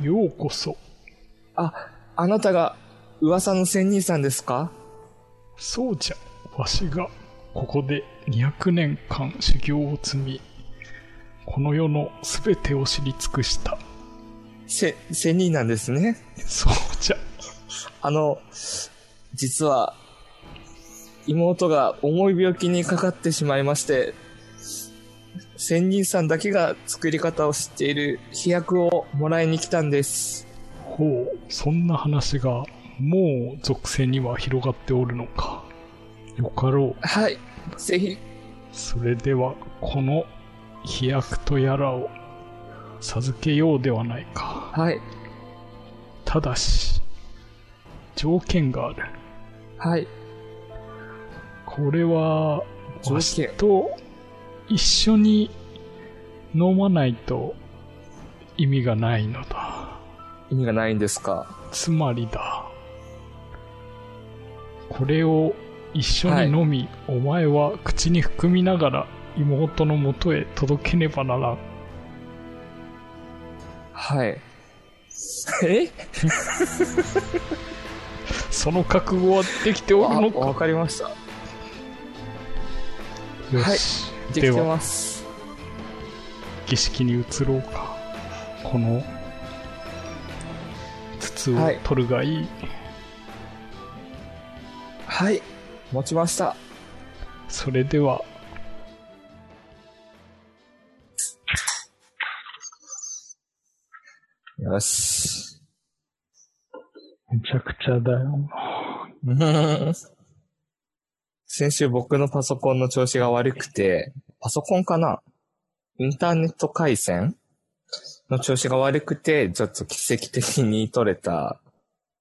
ようこそ。あ、あなたが噂の仙人さんですかそうじゃ、わしがここで200年間修行を積み、この世のすべてを知り尽くした。せ、仙人なんですね。そうじゃ、あの、実は、妹が重い病気にかかってしまいまして、仙人さんだけが作り方を知っている飛躍をもらいに来たんです。ほう、そんな話がもう属性には広がっておるのか。よかろう。はい。ぜひ、それでは、この飛躍とやらを授けようではないか。はい。ただし、条件がある。はい。これは、条件わしと一緒に飲まないと意味がないのだ。意味がないんですかつまりだ。これを一緒に飲み、お前は口に含みながら妹のもとへ届けねばならん。はい。えその覚悟はできておるのあわかかりました。よし、でできてはます。儀式に移ろうかこの筒をはい取るがいい、はい。持ちました。それではよし。めちゃくちゃだよ先週僕のパソコンの調子が悪くて、パソコンかなインターネット回線の調子が悪くて、ちょっと奇跡的に取れた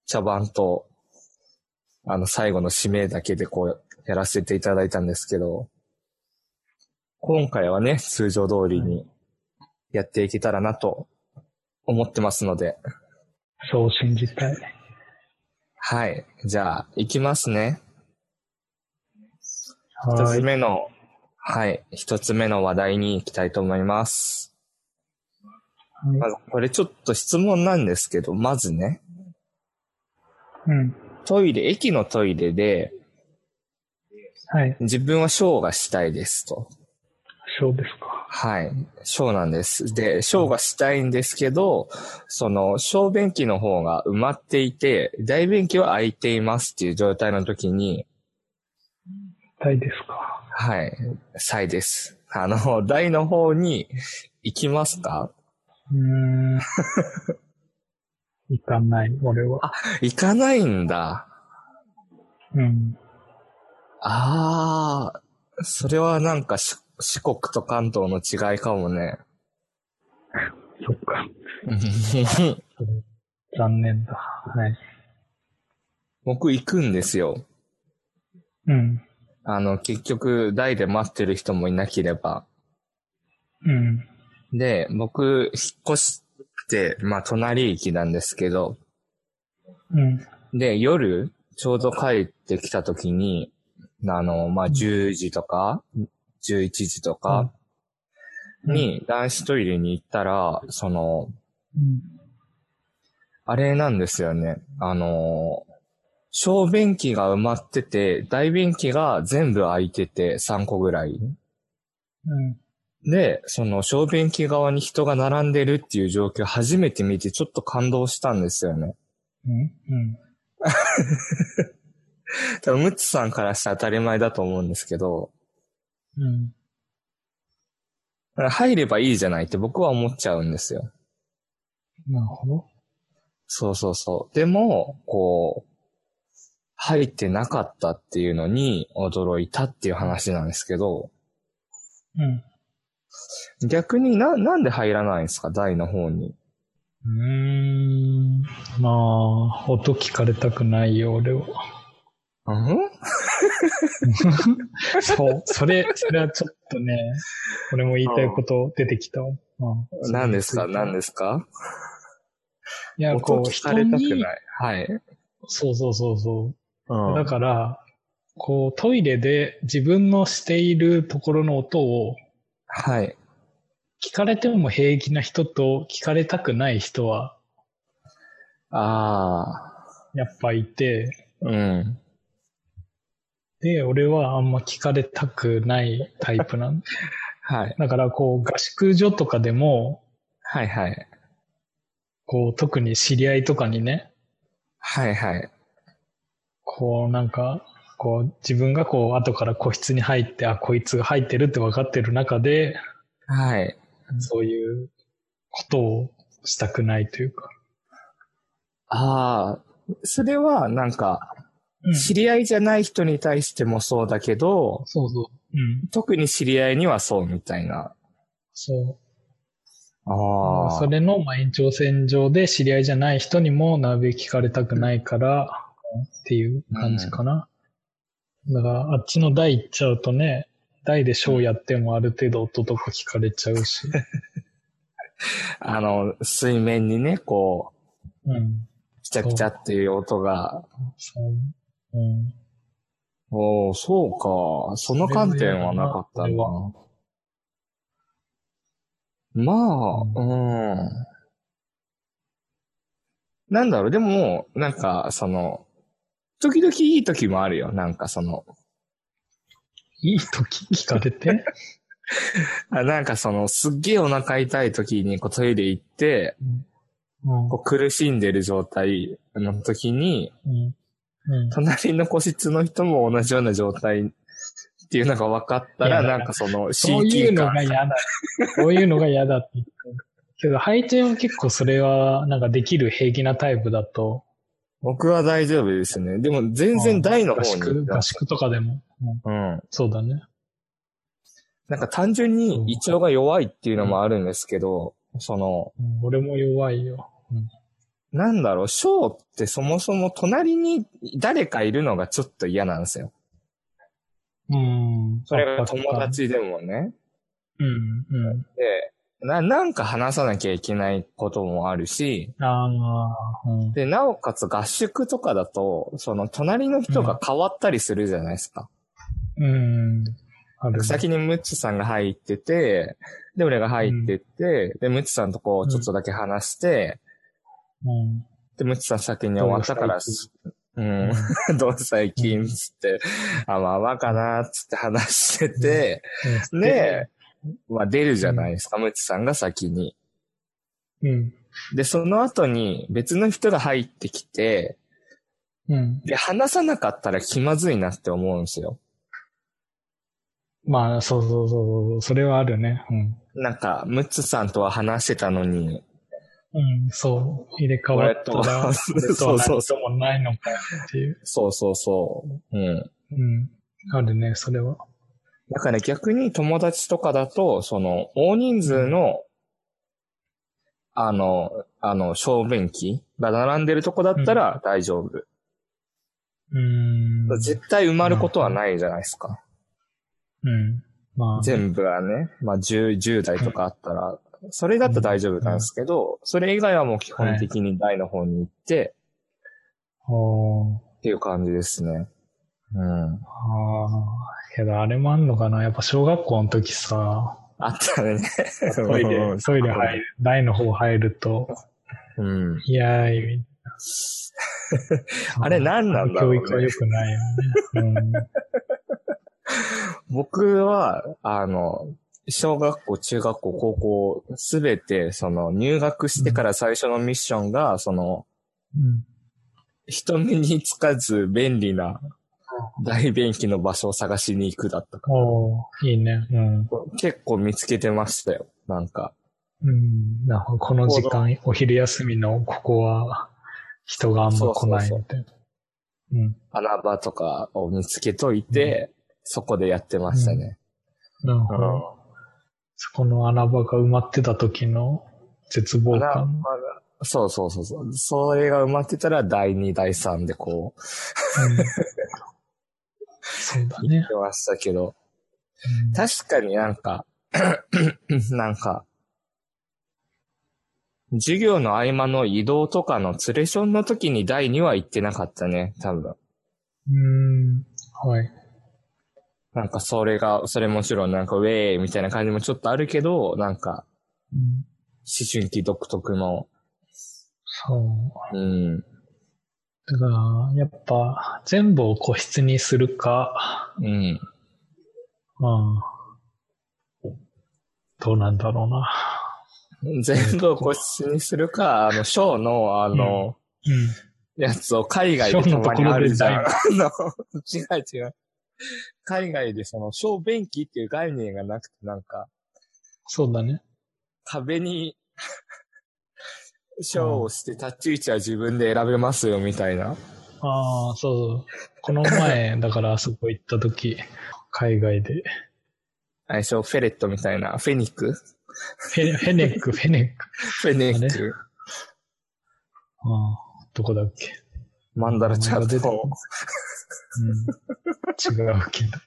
茶番と、あの、最後の締めだけでこう、やらせていただいたんですけど、今回はね、通常通りにやっていけたらなと思ってますので、そう信じたいはい。じゃあ、行きますね。一はつい目の、はい、一つ目の話題に行きたいと思います。まず、これちょっと質問なんですけど、まずね、うんトイレ、駅のトイレで、はい自分はショーがしたいですと。そうですかはい、ショーなんです。で、ショーがしたいんですけど、その、小便器の方が埋まっていて、大便器は空いていますっていう状態の時に、大ですかはい、サイです。あの、台の方に行きますかうーん行かない俺は行かないんだ。うんああ、それはなんかし四国と関東の違いかもね。そっか残念だはい僕行くんですよ。うんあの、結局、台で待ってる人もいなければ。うんで、僕、引っ越して、まあ、隣駅なんですけど、うんで、夜、ちょうど帰ってきた時に、あの、まあ、10時とか、11時とかに男子トイレに行ったら、その、うんあれなんですよね。あのー、小便器が埋まってて、大便器が全部空いてて、3個ぐらい。うんで、その小便器側に人が並んでるっていう状況初めて見て、ちょっと感動したんですよね。うんうん多分、ムッツさんからしたら当たり前だと思うんですけど、うん入ればいいじゃないって僕は思っちゃうんですよ。なるほどそうそうそう。でも、こう、入ってなかったっていうのに驚いたっていう話なんですけど、うん逆にな、なんで入らないんですか台の方に。うーん。まあ、音聞かれたくないよ、俺は。うんそう。それ、それはちょっとね、俺も言いたいこと出てきたわ。うん何ですか何でですかいや、音こう、聞人かれたくに、ない。はい。そうそうそうそうう。ん。だから、こう、トイレで自分のしているところの音を、はい。聞かれても平気な人と聞かれたくない人は、ああ、やっぱいて、うん。で、俺はあんま聞かれたくないタイプなん。はい。だから、こう、合宿所とかでも、はいはい。こう、特に知り合いとかにね、はいはい。こう、なんか、こう、自分がこう、後から個室に入って、あ、こいつが入ってるって分かってる中で、はい。そういうことをしたくないというか。ああ、それはなんか、うん知り合いじゃない人に対してもそうだけど、そうそう。うん。特に知り合いにはそうみたいな。そう。ああ、それのまあ延長線上で知り合いじゃない人にもなるべく聞かれたくないから、っていう感じかな。だから、あっちの台行っちゃうとね、台でショーやってもある程度音とか聞かれちゃう し。あの、水面にね、こう、うん。ピチャピチャっていう音が。そう。うん。おおそうか。その観点はなかったそれはな。まあ、うん。なんだろう、でも、なんか、その、時々いい時もあるよ。なんかその、いい時聞かれてあなんかその、すっげえお腹痛い時にこうトイレ行って、うん。こう苦しんでる状態の時に、うん。うん。隣の個室の人も同じような状態っていうのが分かったら、いやなんかその、そういう CT の感が嫌だ。そういうのが嫌だって言ってるけど、配置は結構それは、なんかできる平気なタイプだと、僕は大丈夫ですね。でも全然大の方合に行宿、っ合た。宿とかでも。うんうん。そうだね。なんか単純に胃腸が弱いっていうのもあるんですけど、その、うん俺も弱いよ。なんだろう、ショーってそもそも隣に誰かいるのがちょっと嫌なんですよ。うん。それあがっか友。達でもね。うん、うで、な、なんか話さなきゃいけないこともあるし、ん。ああ、うん。で、なおかつ合宿とかだと、その隣の人が変わったりするじゃないですか。うん。あるね。先にムッチさんが入ってて、で、俺が入ってって、で、ムッチさんとこう、ちょっとだけ話して、うん。で、ムッチさん先に終わったから、うん、どう最 近つって、あ、まあまあかな、つって話してて、ねまあ出るじゃないですか、ムッチさんが先に。え。うん。で、その後に別の人が入ってきて、うん。で、話さなかったら気まずいなって思うんですよ。まあ、そうそうそうそう。それはあるね。うん。なんか、ムッツさんとは話してたのに、うん、そう。入れ替わったら、俺俺ととはそうそう何そともないのかっていう。そうそうそう。うん。うん。あるね、それは。だから逆に友達とかだと、その、大人数の、あの、あの、小便器が並んでるとこだったら大丈夫。うん。絶対埋まることはないじゃないですか。うん。まあ、全部はね、まあ10、10代とかあったら、それだったら大丈夫なんですけど、それ以外はもう基本的に台の方に行って、おーっていう感じですね。うん。ああ、けどあれもあんのかなやっぱ小学校の時さ、あったね。トイ レ、トイレ入る、台の方入ると、うん。いやーい、みんな。 あれ何なんだろうね教育は良くないよね。僕は、あの、小学校、中学校、高校、すべて、その、入学してから最初のミッションが、その、うん。うん人目につかず便利な大便器の場所を探しに行くだったかおーいいね。うん。ら。結構見つけてましたよ。なんか。うん。なんかこの時間、お昼休みのここは、人があんま来ないみたいな。うん。穴場とかを見つけといて、そこでやってましたね。なるうほんど。そこの穴場が埋まってた時の絶望穴場感。がそうそうそうそう。それが埋まってたら、第2、第3でこう、うんそうだ行 ねっ。てましたけど。確かになんか、 なんか、授業の合間の移動とかのツレションの時に第2話行ってなかったね、多分。うん。うんはい。なんかそれが、それもちろんなんかウェーイみたいな感じもちょっとあるけど、なんかうん思春期独特のそう。うん。だから、やっぱ、全部を個室にするか、うん。うん。どうなんだろうな。全部を個室にするか、あの、ショーの、あの、うん。やつを海外でたまにあるじゃ ん。あの、違う違う。海外でその、小便器っていう概念がなくて、なんか、そうだね。壁に、 ショーをして立ち位置は自分で選べますよ、みたいな。ああ、そうそう。この前、だからあそこ行った時、海外で。相性フェレットみたいな。フェニックフェフェネック、フェネック。フェニック。ああ、どこだっけ。マンダラチャート。うん、違うけど。うん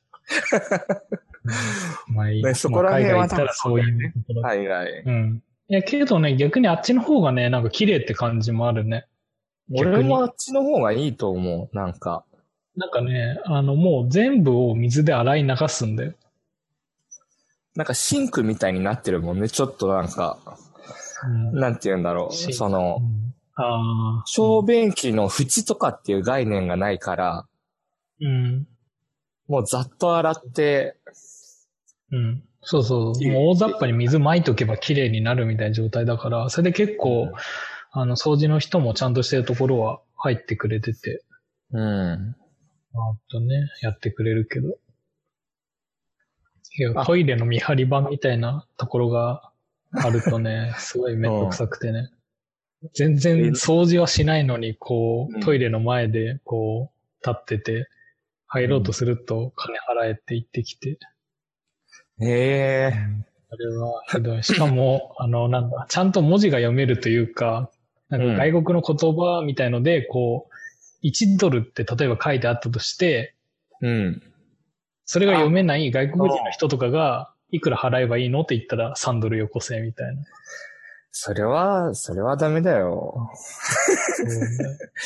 まあいい。ねそこら辺はまあ海外行ったらそういうところ海外。うん。いや、けどね、逆にあっちの方がね、なんか綺麗って感じもあるね。逆に俺もあっちの方がいいと思う、なんか。なんかね、あの、もう全部を水で洗い流すんだよ。なんかシンクみたいになってるもんね。ちょっとなんか、うんなんて言うんだろう。シンクその、ああ。小便器の縁とかっていう概念がないから、うん。もうざっと洗って、うん。そうそう。もう大雑把に水撒いとけば綺麗になるみたいな状態だから、それで結構、あの、掃除の人もちゃんとしてるところは入ってくれてて、うん。あとね、やってくれるけど。いや、あトイレの見張り板みたいなところがあると ね、すごいめんどくさくてね。全然掃除はしないのに、こうんう、トイレの前で、こう、立ってて、入ろうとすると、金払えって言ってきて、へえ。あれはひどい。しか も、あの、なんだ、ちゃんと文字が読めるというか、なんうんか外国の言葉みたいので、こう、1ドルって例えば書いてあったとして、うん。それが読めない外国人の人とかが、いくら払えばいいのって言ったら3ドルよこせみた いな。それは、それはダメだよ。そうね。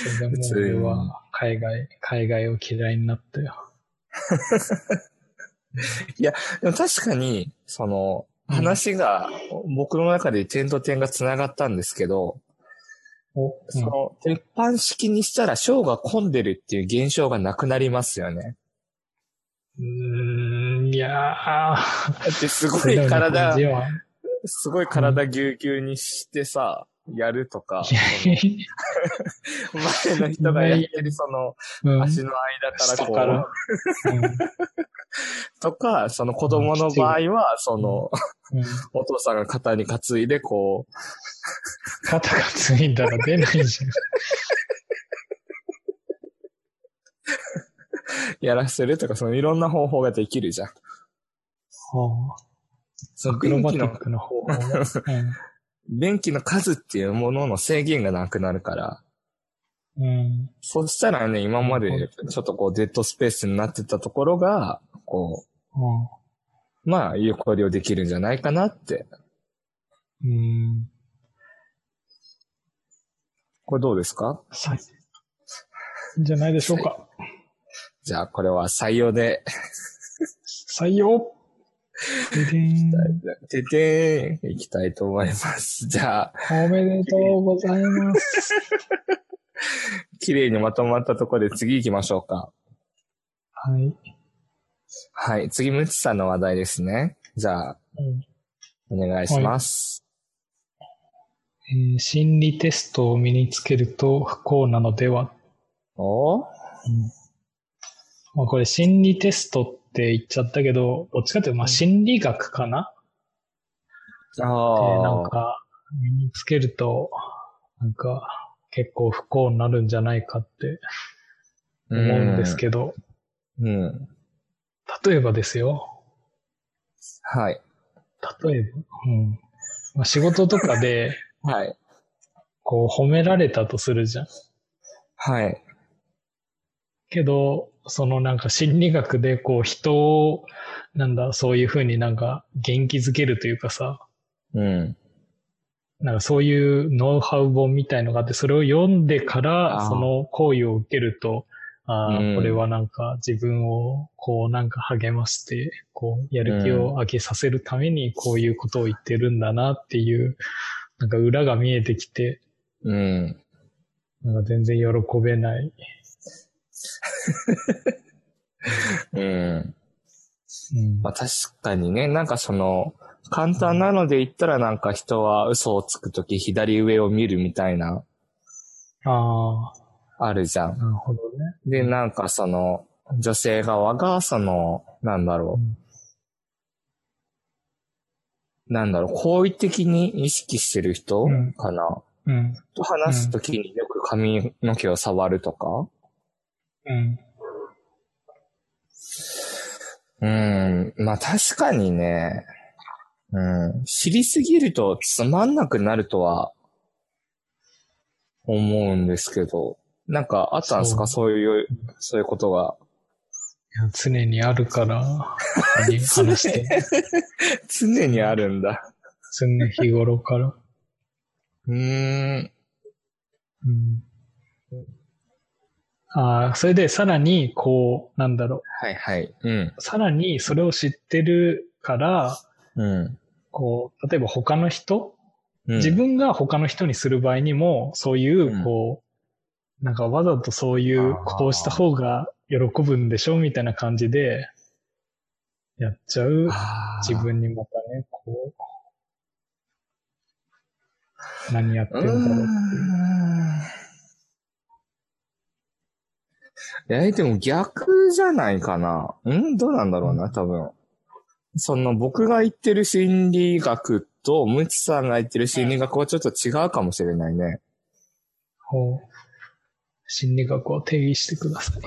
それで普もう通俺は海外、海外を嫌いになったよ。でも確かに、その、うん話が、僕の中で点と点が繋がったんですけど、お、その、鉄板式にしたら、ショーが混んでるっていう現象がなくなりますよね。うん、うーん、いやー。だってすごそれいでもね体この字、はすごい体ぎゅうぎゅうにしてさ、やるとか、 前の人がやってるその、うん足の間下かかららこ。うんう、とか、その子供の場合は、そうの、んお父さんが肩に担いで、こう、肩がついたら出ないじゃん。やらせるとか、そのいろんな方法ができるじゃん。はあそアのクロ便バ器ティッの、クな方法。う便器の数っていうものの制限がなくなるから、ん。うん。そしたらね、今までちょっとこうデッドスペースになってたところが、こはあう、まあ有効利用できるんじゃないかなって。うん。これどうですかさい。じゃないでしょうか。じゃあこれは採用で。採用ででーんててーん、いきたいと思います。じゃあ、おめでとうございます。綺麗にまとまったところで次行きましょうか。はい。はい、次、ムチさんの話題ですね。じゃあ、うんお願いします。えー心理テストを身につけると不幸なのでは、おーまあ、これ心理テストって言っちゃったけど、どっちかというとまあ心理学かな、で、なんああ、か、身につけると、なんか、結構不幸になるんじゃないかって思うんですけど、ど。うん。例えばですよ。はい。例えば、うん。まあ、仕事とかで、 はい。こう、褒められたとするじゃん。はい。けど、そのなんか心理学で、こう、人を、なんだ、そういうふうになんか元気づけるというかさ、うん。なんかそういうノウハウ本みたいのがあって、それを読んでかあーら、その行為を受けると、あうんあ、これはなんか自分をこうなんか励まして、こうやる気を上げさせるためにこういうことを言ってるんだなっていう、なんか裏が見えてきて、うん。なんか全然喜べない。うん。うんまあ確かにね、なんかその、簡単なので言ったらなんか人は嘘をつくとき左上を見るみたいな、ああるじゃあ、ん。なるほどね。で、なんかその、女性側がその、なんだろうんう、なんだろう、好意的に意識してる人うんかな。うん。と話すときによく髪の毛を触るとか。うん。うん、まあ確かにね、うん、知りすぎるとつまんなくなるとは思うんですけど、なんかあったんですかそういう、そういうことが。いや常にある から、他に話して。常にあるんだ。常日頃から。うーん、うん。ああ、それでさらに、こう、なんだろはいはい、うん、う。さらにそれを知ってるから、うん。こう、例えば他の人、うん自分が他の人にする場合にも、そういう、うんこう、なんかわざとそういう、あーこうした方が喜ぶんでしょみたいな感じで、やっちゃうあー自分にまたね、こう、何やってるうんだろう。ーん。え、でも逆じゃないかな。んどうなんだろうな、多分。その僕が言ってる心理学と、ムチさんが言ってる心理学はちょっと違うかもしれないね。こう心理学を定義してください。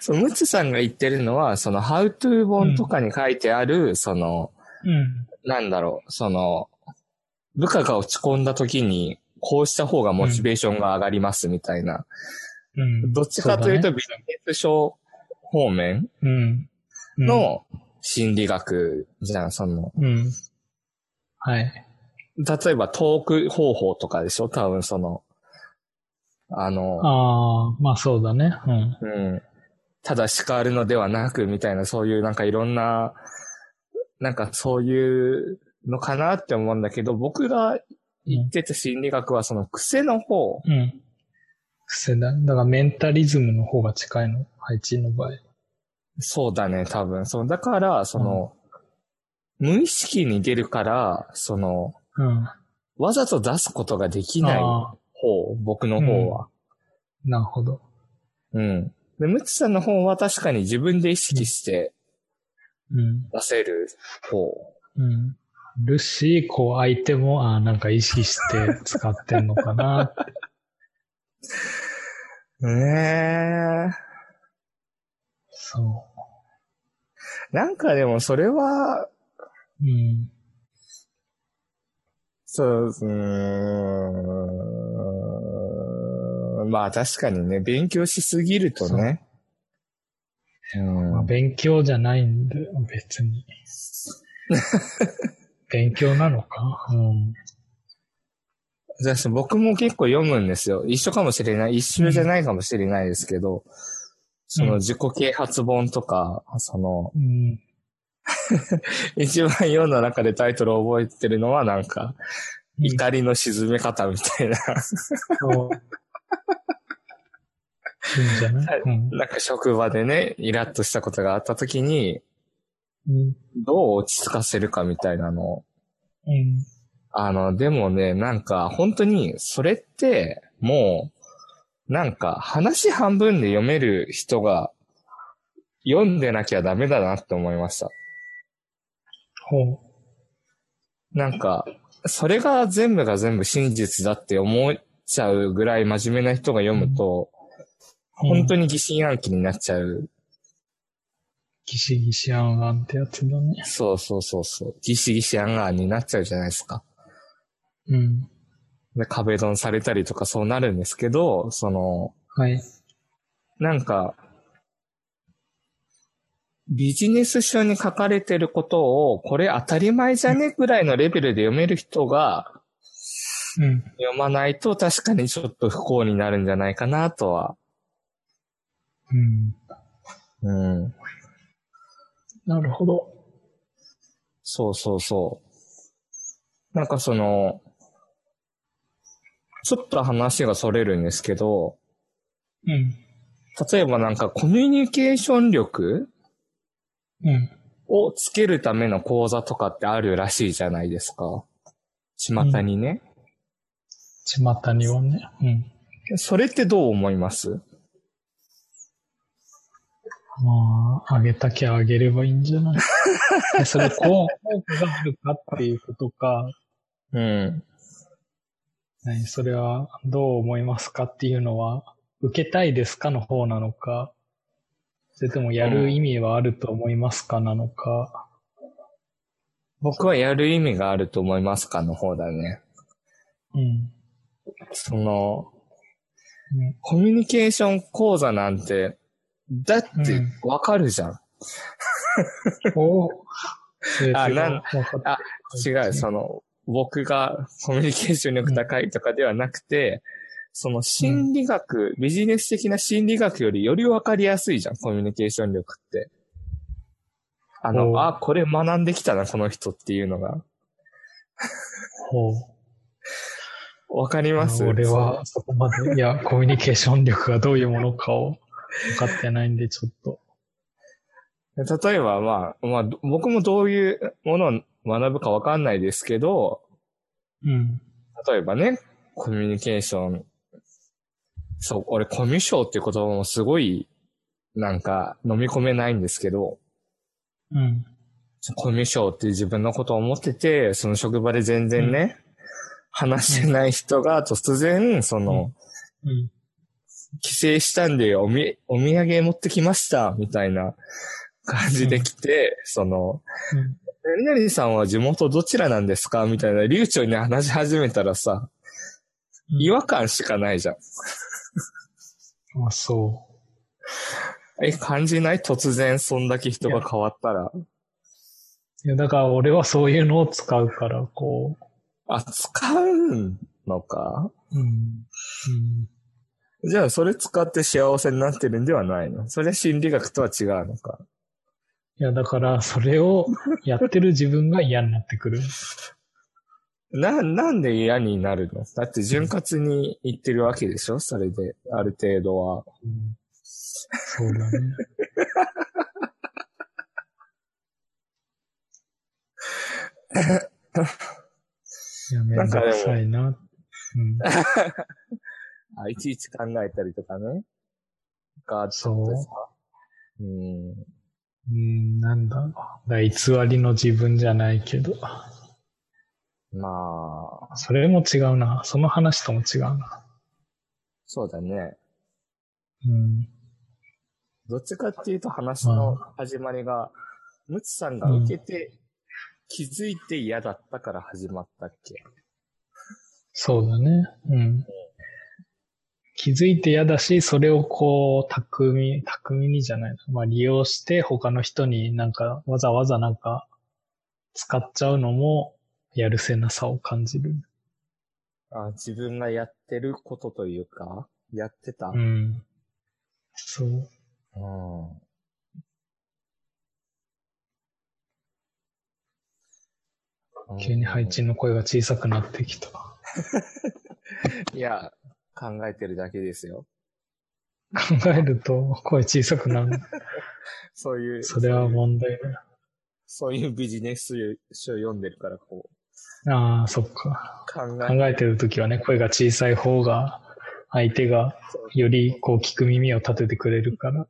そのムチさんが言ってるのは、その、ハウトゥー本とかに書いてある、その、うん。なんだろう、その、部下が落ち込んだ時に、こうした方がモチベーションが上がりますみたいな。うん。どっちかというとそビジネス書方面うだね、うん。の心理学じゃん、その、うん、うん。はい。例えばトーク方法とかでしょ多分その、あの、ああ、まあそうだね。うん。うん。ただ叱るのではなくみたいな、そういうなんかいろんな、なんかそういうのかなって思うんだけど、僕が言ってた心理学はその癖の方。うん。癖だ。だからメンタリズムの方が近いの。配置の場合。そうだね、多分。そう、だから、その、無意識に出るから、その、うん。わざと出すことができないああ、方、僕の方は。なるほど。うん。で、ムツさんの方は確かに自分で意識してうん。出せる方。うん。るし、こう相手も、ああ、なんか意識して使ってんのか な。ねそえ。なんかでもそれは、う。うん。そう、うーん。まあ確かにね、勉強しすぎるとね。うんまあ、勉強じゃないんで、別に。勉強なのかうん。私僕も結構読むんですよ。一緒かもしれない。一緒じゃないかもしれないですけど、その自己啓発本とか、その、うん。一番読んだ中でタイトルを覚えてるのはなんか、怒りの沈め方みたいな、 そういいんじゃない、うんなんか職場でね、イラッとしたことがあった時に、うん。どう落ち着かせるかみたいなのを。うん。あの、でもね、なんか本当に、それって、もう、なんか話半分で読める人が、読んでなきゃダメだなって思いました。ほなんか、それが全部が全部真実だって思っちゃうぐらい真面目な人が読むと、う。本当に。に疑心暗鬼になっちゃうギシギシアンアンってやつだね。そうそうそうそう。ギシギシアンガーになっちゃうじゃないですか。うん。で、壁ドンされたりとかそうなるんですけど、その、はい。なんか、ビジネス書に書かれてることを、これ当たり前じゃねぐらいのレベルで読める人がうん。読まないと確かにちょっと不幸になるんじゃないかなとは。うん。うん。なるほど。そうそうそう。なんかその、ちょっと話がそれるんですけど、うん。例えばなんかコミュニケーション力うん。をつけるための講座とかってあるらしいじゃないですか。巷にね。巷にはね。うん。それってどう思いますまあ、あげたきゃあげればいいんじゃないでそれ、こう、効果があるかっていうことか、うん。ねそれはどう思いますかっていうのは、受けたいですかの方なのか、それともやる意味はあると思いますかなのか、僕はやる意味があると思いますかの方だね。 うん。その、ねコミュニケーション講座なんて、だってうんわかるじゃん。おそれあ違うなんわかったあ違う、その、僕がコミュニケーション力高いとかではなくて、その心理学、ビジネス的な心理学よりよりわかりやすいじゃん、コミュニケーション力って。あおうの、あ、これ学んできたな、この人っていうのが。ほうわかりあますの俺はそこまで、いや、コミュニケーション力がどういうものかを分かってないんで、ちょっと。例えば、まあ、まあ、ど僕もどういうものを学ぶかわかんないですけど、うん。例えばね、コミュニケーション、そう、俺、コミュ障っていう言葉もすごい、なんか、飲み込めないんですけど、うん。コミュ障って自分のことを思ってて、その職場で全然ね、話してない人が突然、その、うん。帰省したんでおみ、お土産持ってきました、みたいな感じで来て、その、うん何々さんは地元どちらなんですかみたいな流暢に話し始めたらさ、違和感しかないじゃん。あ、そえ、感じない突然そんだけ人が変わったら。う。いや、だから俺はそういうのを使うから、こあ、使うのかう。うん。うん。じゃあそれ使って幸せになってるんではないのそれ心理学とは違うのかいや、だから、それをやってる自分が嫌になってくる。な、なんで嫌になるのだって潤滑に行ってるわけでしょそれで、ある程度は。うん、そうだね。いや、めんどくさいな。うん、あ、いちいち考えたりとかね。が、そうですかうん。うん、なんだろう。だから偽りの自分じゃないけど。まあ、それも違うな。その話とも違うな。そうだね。うん。どっちかっていうと話の始まりが、ムツさんが受けて、気づいて嫌だったから始まったっけそうだね。うん。気づいて嫌だし、それをこう、巧み、巧みにじゃないな。まあ利用して他の人になんかわざわざなんか使っちゃうのもやるせなさを感じる。あ自分がやってることというか、やってた。うん。そう。うん急に配置の声が小さくなってきた。いや、考えてるだけですよ。考えると声小さくなる。そういう、それは問題だ。そういうビジネス書を読んでるから、こう、ああ、そっか。考え、考えてるときはね、声が小さい方が、相手がよりこう聞く耳を立ててくれるから。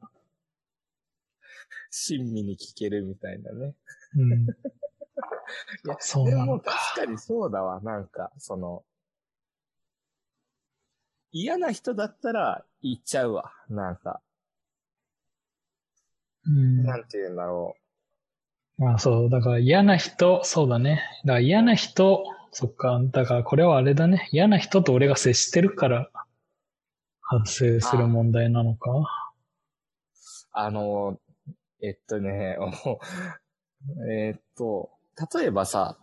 親身に聞けるみたいなね。うん。いやそうなのでも確かにそうだわ、なんか、その、嫌な人だったら言っちゃうわ、なんか。うん。なんて言うんだろまあそう、だから嫌な人、そうだね。だから嫌な人、そっか、だからこれはあれだね。嫌な人と俺が接してるから、発生する問題なのか。う。あの、えっとね、 おえっと、例えばさ、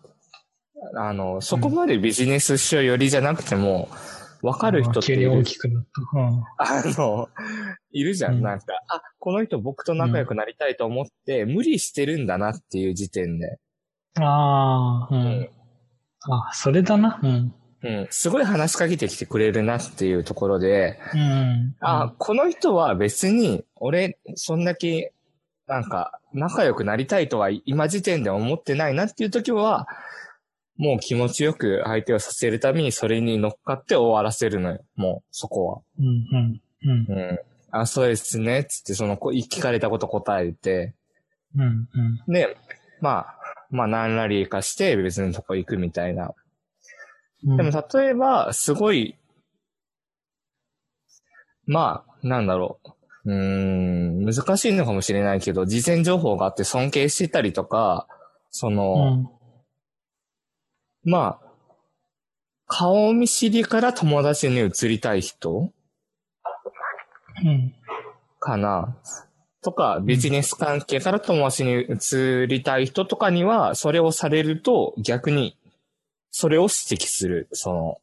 あの、そこまでビジネス書よりじゃなくても、わかる人って急いにる大きくなった。うん。あの、いるじゃ、うんんなんか、あ、この人僕と仲良くなりたいと思って、無理してるんだなっていう時点で。ああ、う。うんあ、それだな。うん。うん、すごい話しかけてきてくれるなっていうところで、うん。あ、この人は別に、俺、そんだけ、なんか、仲良くなりたいとは今時点では思ってないなっていう時は、もう気持ちよく相手をさせるためにそれに乗っかって終わらせるのよ。もう、そこうん、うん、うん、は。うん。あ、そうですね。つって、その、こう聞かれたこと答えて、うん、うん、で、まあ、まあ、何ラリーかして別のとこ行くみたいな。うん。でも、例えば、すごい、まあ、なんだろう。うーん、難しいのかもしれないけど、事前情報があって尊敬してたりとか、その、まあ、顔見知りから友達に移りたい人うん、うん、かなとか、ビジネス関係から友達に移りたい人とかには、それをされると逆に、それを指摘する。その、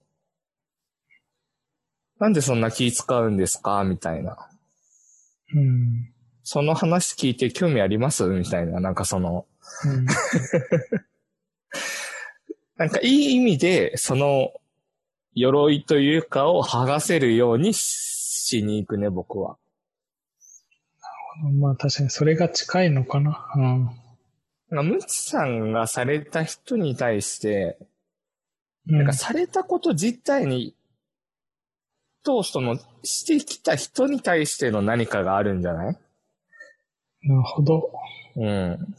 なんでそんな気使うんですかみたいな。うん、その話聞いて興味ありますみたいな。なんかその、うん。なんかいい意味で、その、鎧というかを剥がせるようにしに行くね、僕は。まあ確かにそれが近いのかな。うん。なんかムツさんがされた人に対して、うんなんかされたこと自体に、と、その、してきた人に対しての何かがあるんじゃなないるほど。うん。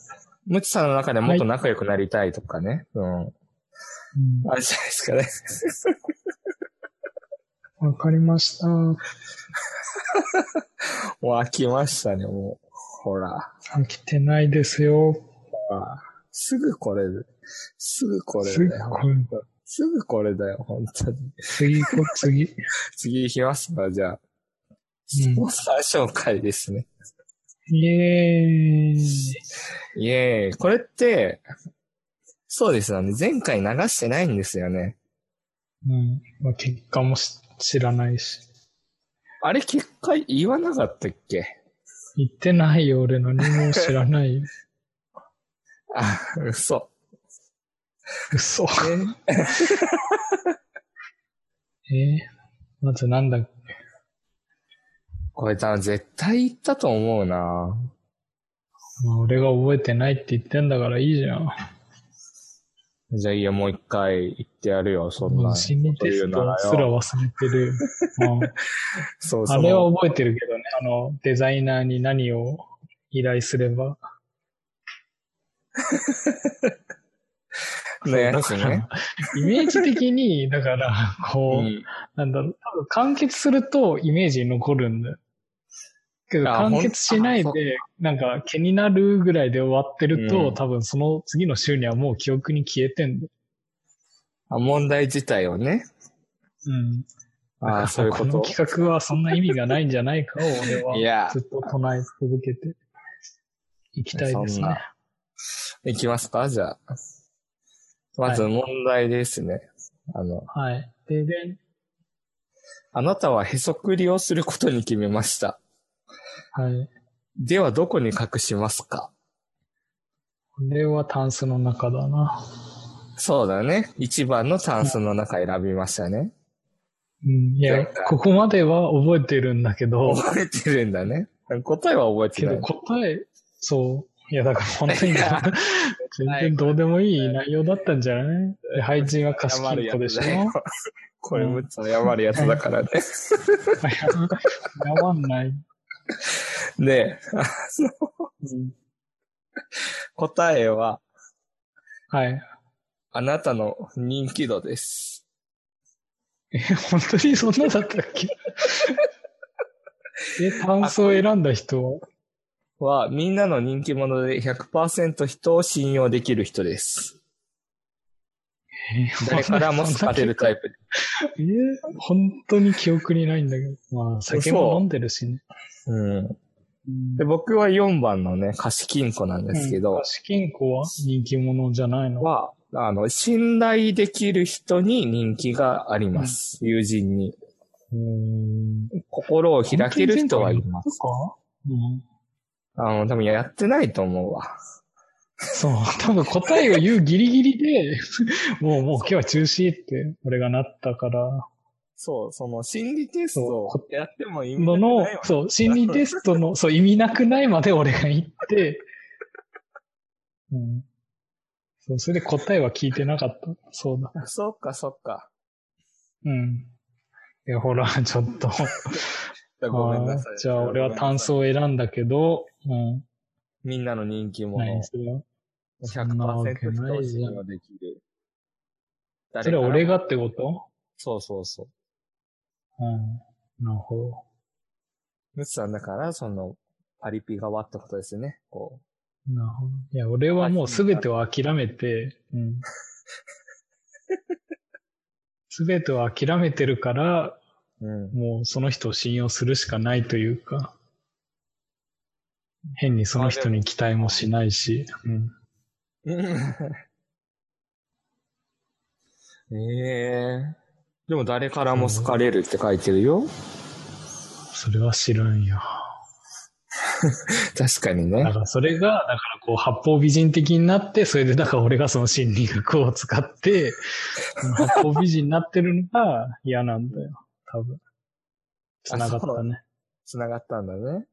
むつさんの中でもっと仲良くなりたいとかね。うんうん。あるじゃないですかね。 わ、かりました。もう飽きましたね、もう。ほら。飽きてないですよ。ほらすぐこれ、すぐこれすぐだよ。これすぐこれだよ、本当に。次行こう、 次。次行きますか、じゃあ。スポンサー紹介ですね。イエーイ。イエーイ。これって、そうですよね。前回流してないんですよね。うん。まあ、結果もし知らないし。あれ、結果言わなかったっけ言ってないよ、俺何も知ら ない。あ、嘘。嘘。え えー、まずなんだこれ多分絶対言ったと思うなまあ、俺が覚えてないって言ってんだからいいじゃん。じゃあいいよ、もう一回言ってやるよ、そんなもん。う心理テストすら忘れて る。うんそうあそう。れは覚えてるけどね、あの、デザイナーに何を依頼すれば。のやだつかねら。、イメージ的に、だから、うこう、んなんだろう、多分完結するとイメージに残るんだよ。けどあ完結しないほんあで、なんか気になるぐらいで終わってると、うん多分その次の週にはもう記憶に消えてんだよ。あ問題自体をね。うん。ああ、そういうこのと。企画はそんな意味がないんじゃないかを俺いはやずっ、と唱え続けていきたいですそんね。な行きますかじゃあ。まず問題ですね。あの、はい。で、で、あなたはへそくりをすることに決めました。はい。ではどこに隠しますかこれはタンスの中だな。そうだね。一番のタンスの中選びましたね。うん。いなや、んかここまでは覚えてるんだけど、覚えてるんだね。答えは覚えてけなどい。答え、そう。いや、だから本当にいや、全然どうでもいい内容だったんじゃないで配置は貸し切る子でしょ謝るやつだよこれむっちゃ謝るやつだか らね。やまんない。で、あのうん答えは、はい。あなたの人気度です。え、本当にそんなだったっけ え、炭素を選んだ人はは、みんなの人気者で100%人を信用できる人です。え誰からも好かれるタイプ。えー本当に記憶にないんだけど。まあ、酒も飲んでるしね。 うん。うんで、僕は4番のね、貸金庫なんですけど、うん貸金庫は人気者じゃないのは、あの、信頼できる人に人気があります。友人に。うーん。心を開ける人はいます。本当に全国にいるのかあの、多分やってないと思うわ。そう、多分答えを言うギリギリで、もうもう今日は中止って俺がなったから、そう、その心理テストをやっても意味のなくないのわね、そう、心理テストの、そう、意味なくないまで俺が言って、うん。そう、それで答えは聞いてなかった。そうだ。 そっかそっか。うん。いや、ほら、ちょっと。じゃあごめんなさあい。ーじゃあ俺は単ごめんなさ素を選んだけど、うん。い。みんなの人気者。何するよ。そんなわけ100%ないじゃん人ができる。それは俺がってことそうそうそう。うん。なるほど。ムツさんだから、その、パリピ側ってことですね。こなるほど。いや、俺はもうすべてを諦めて、 うん。すべてを諦めてるから、う。うん。もうその人を信用するしかないというか、変にその人に期待もしないし、うん。え えでも誰からも好かれるって書いてるよ。それは知らんよ。確かにだね。からそれが、だからこう、八方美人的になって、それでだから俺がその心理学を使って、八方美人になってるのが嫌なんだよ。多分。繋がったね。繋がったんだね。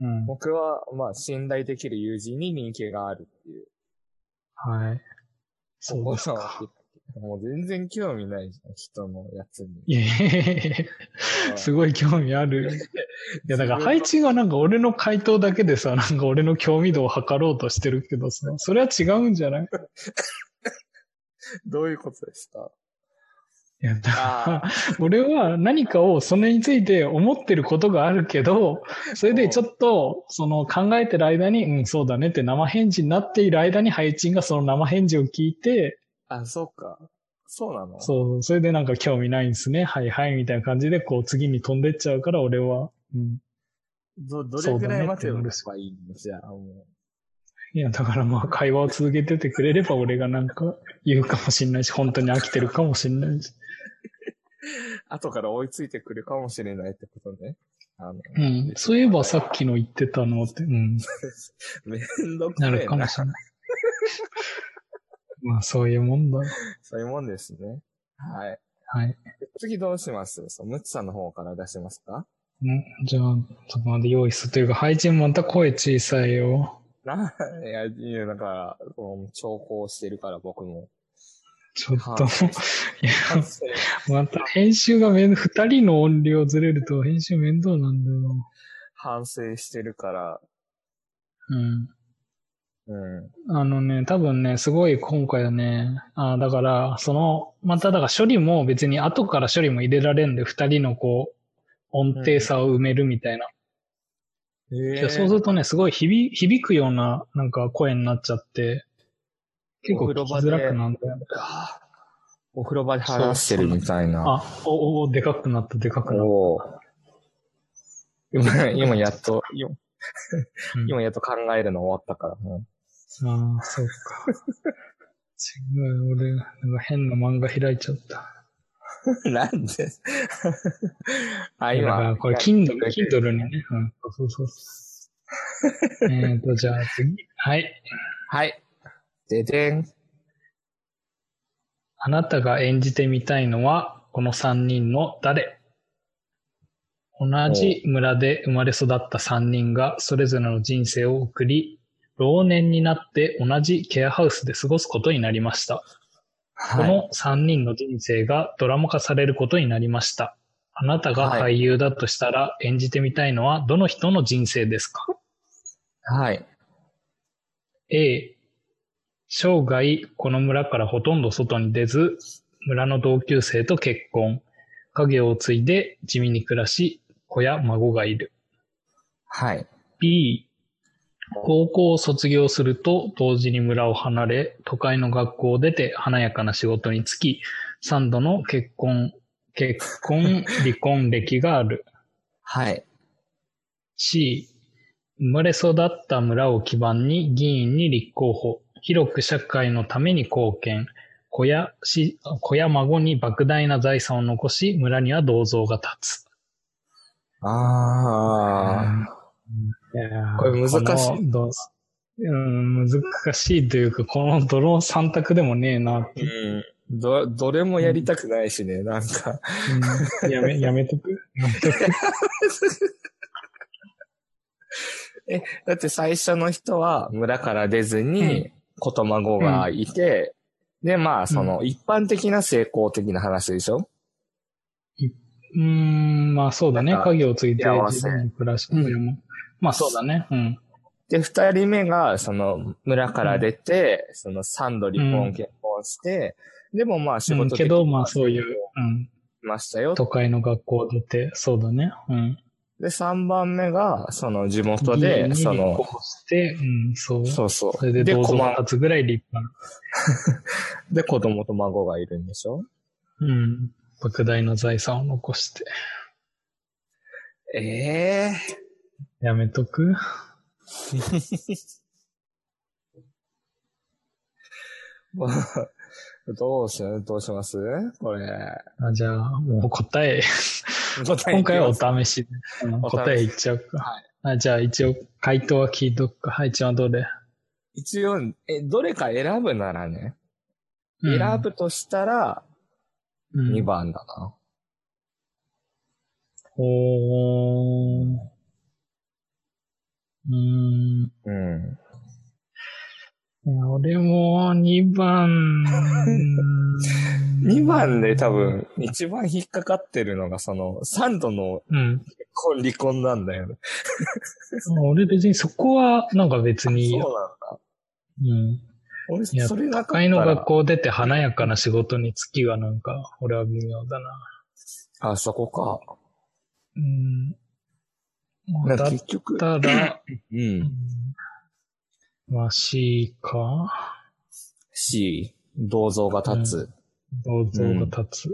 うん。僕は、まあ、信頼できる友人に人気があるっていう。はい。そうですこか。このもう全然興味ないじゃん、人のや つに。いやいやいやいやすごい興味ある。いや、だから配置がなんか俺の回答だけでさ、なんか俺の興味度を測ろうとしてるけどさ、それは違うんじゃないどういうことですかいや、だあから、 俺は何かをそれについて思ってることがあるけど、それでちょっと、その考えてる間に、うん、そうだねって生返事になっている間に、ハイチンがその生返事を聞いて、あ、そうか。そうなのそう、それでなんか興味ないんですね、はいはい、みたいな感じで、こう次に飛んでっちゃうから、俺は、うん。ど、どれくらそうい待てだねってなばるいしいのじゃあ、もいや、だからまあ、会話を続けててくれれば、俺がなんか言うかもしんないし、本当に飽きてるかもしんないし。う。後から追いついてくるかもしれないってことね。あの、うん。そういえばさっきの言ってたのって、うん。 めんどくせなえるかもな。しれない。 まあ、そういうもんだ。そういうもんですね。はい。はい。次どうしますそう、むつさんの方から出しますかね、じゃあ、ちょっと待って、用意するというか、配置もまた声小さいよ。な、いや、いや、だから、この調校してるから僕も。ちょっはと、いや、 また編集がめんど、二人の音量ずれると編集面倒なんだよ。反省してるから、うん。うん。あのね、多分ね、すごい今回はね、あーだから、その、まただから処理も別に後から処理も入れられんで、二人のこう、音程差を埋めるみたいな。えいやそうするとね、すごい響響くような、なんか声になっちゃって、結構聞きづらくなるんだよ。かお風呂場で話してるみたいな。あ、お、お、でかくなった、でかくなっおー今、今やっと、今うん今やっと考えるの終わったから。もた。ああ、そうか。違う、俺、なんか変な漫画開いちゃった。うなん であ、だか今ら、。これ、Kindle、Kindle にね。うん、そう そうそう。えっと、じゃあ次。はい。はい。ででん。あなたが演じてみたいのは、この3人の誰同じ村で生まれ育った3人がそれぞれの人生を送り、老年になって同じケアハウスで過ごすことになりました。こはい。の3人の人生がドラマ化されることになりました。あなたが俳優だとしたら演じてみたいのはどの人の人生ですかはい。 A、生涯この村からほとんど外に出ず、村の同級生と結婚、家業を継いで地味に暮らし、子や孫がいる。はい。 B、高校を卒業すると同時に村を離れ、都会の学校を出て華やかな仕事に就き、3度の結婚、結婚、離婚歴がある。はい。 C、生まれ育った村を基盤に議員に立候補、広く社会のために貢献、子やし子や孫に莫大な財産を残し、村には銅像が立つ。ああ。これ難しいこのどううん、難しいというか、このドロー3択でもねえなっていううん。ど、どれもやりたくないしね、なんか。うんや め、やめとくやめとくだって最初の人は村から出ずうに、言葉語がいて、で、まあ、その、一般的な成功的な話でしょうーん、まあそうだね。なんか影をついて幸せ自分の暮らしを読む。まあそうだね。うん。で、二人目が、その、村から出て、その、三度離う婚ん結婚して、でもまあ、仕うん、事けど、まあそういう、うん、いましたよ。都会の学校出て、そうだね。うん。で、三番目が、その、地元で、にそ立の、候補して、うん、そう。そそうそう。れでで、銅像子2まつぐらい立派で、子供と孫がいるんでしょな。うん。莫大な財産を残して。ええやめとくもう どうしようどうしますこれ。あじゃあ、もう答え、今回はお試しで。うんお試し答えいっちゃおうか。はあじゃあ一応、回答は聞いとくか。はい、一番どれ一応、え、どれか選ぶならね。うん選ぶとしたら、うん2番だな。おー。うーん。うん。いや俺も2番。 2番で多分、一番引っかかってるのが、その、3度のうん。結婚離婚なんだよね。俺別にそこはなんか別にいいそうよ。なんだ。うん。俺、いやそれなかったら。会の学校出て華やかな仕事につきがなんか、俺は微妙だな。あ、そこか。うん。もうなんだかっ結局、たら、ううんん。まあ C か、 C、銅像が立つ。銅像が立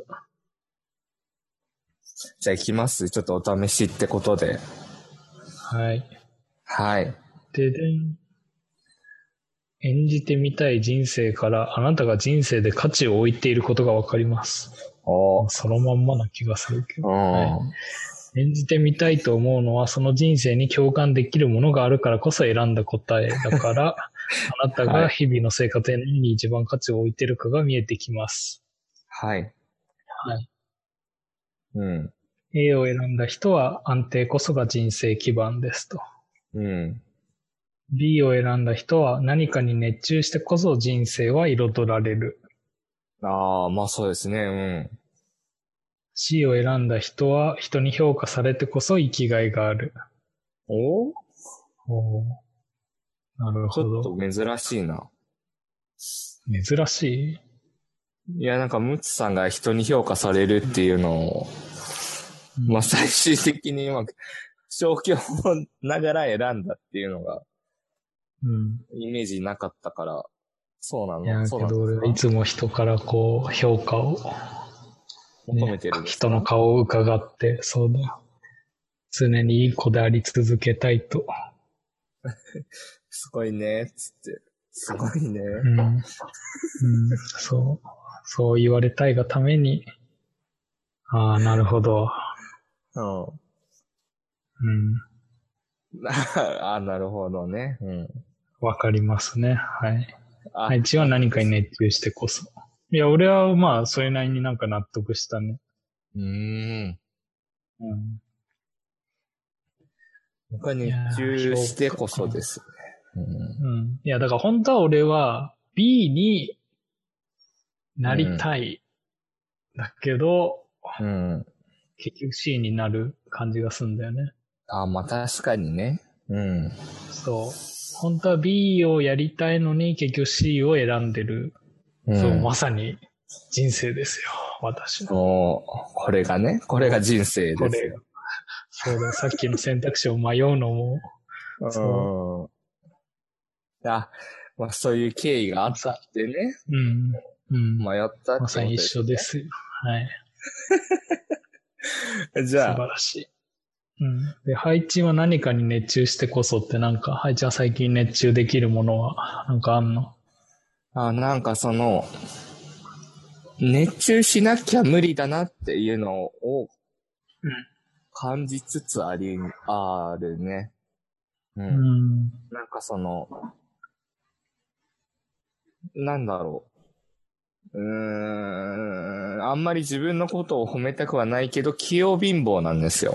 つ。じゃあ行きます。ちょっとお試しってことで。はい。はい。ででん。演じてみたい人生からあなたが人生で価値を置いていることがわかります。おー。そのまんまな気がするけうど。ん。は演じてみたいと思うのはその人生に共感できるものがあるからこそ選んだ答えだから、あなたが日々の生活に何に一番価値を置いてるかが見えてきます。はい。はい。うん。 A を選んだ人は安定こそが人生基盤ですと。うん。 B を選んだ人は何かに熱中してこそ人生は彩られる。ああ、まあそうですね。 C を選んだ人は人に評価されてこそ生きがいがある。うん。おおーなるちほょっど。と珍しいな。珍しいいや、なんか、ムツさんが人に評価されるっていうのを、まあ、最終的に今、消去をながら選んだっていうのが、うん。イメージなかったから、そうないやのー、そうけなど俺はいのつも人からこう、評価を、求めてるんですか人の顔を伺って、そうだ。常にいい子であり続けたいと。すごいね、つって。すごいね。うん。うん、そう。そう言われたいがために。ああ、なるほど。うん。う ん。ああ、なるほどね。うん。わかりますね。はい。あ、配置は何かに熱中してこそ。いや、俺はまあ、それなりになんか納得したね。うーん。うん。他に熱中してこそですね。うん。いや、だから本当は俺は B になりたい。だけど、うん。うん。結局 C になる感じがすんだよね。あ、まあ確かにね。うん。そう。本当は B をやりたいのに結局 C を選んでる。うん、そう、まさに人生ですよ。私の。もう、これがね、これが人生こでれす。そうだ、さっきの選択肢を迷うのも、うん。あ、まあそういう経緯があっさ、てね、うん。うん。迷ったって。まさに一緒ですすよ。はい。じ素ゃあ晴、らしい。うん。で、配置は何かに熱中してこそってなんか、配置は最近熱中できるものは、なんかあんのあなんかその、熱中しなきゃ無理だなっていうのをうん感じつつあり、あるね。う。うんん。なんかその、なんだろう。うーん、あんまり自分のことを褒めたくはないけど、器用貧乏なんですよ。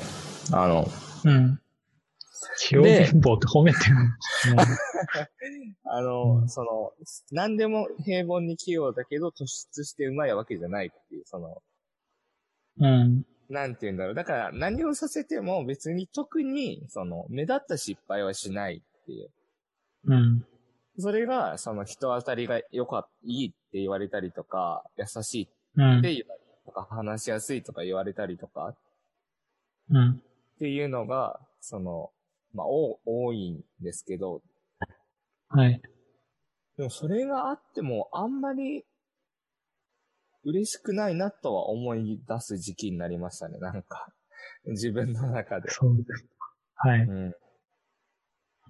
あの、うん。器用貧乏って褒めてる。あの、うんその、何でも平凡に器用だけど、突出してうまいわけじゃないっていう、その、うん。なんて言うんだろう。だから、何をさせても別に特に、その、目立った失敗はしないっていう。うん。それが、その人当たりが良かった、いいって言われたりとか、優しいっうんて。言われたりとか、話しやすいとか言われたりとかうん。っていうのが、その、まあ、お多いんですけど、はい。でもそれがあっても、あんまり嬉しくないなとは思い出す時期になりましたね、なんか。 自分の中で。そうです。はうい。ん。う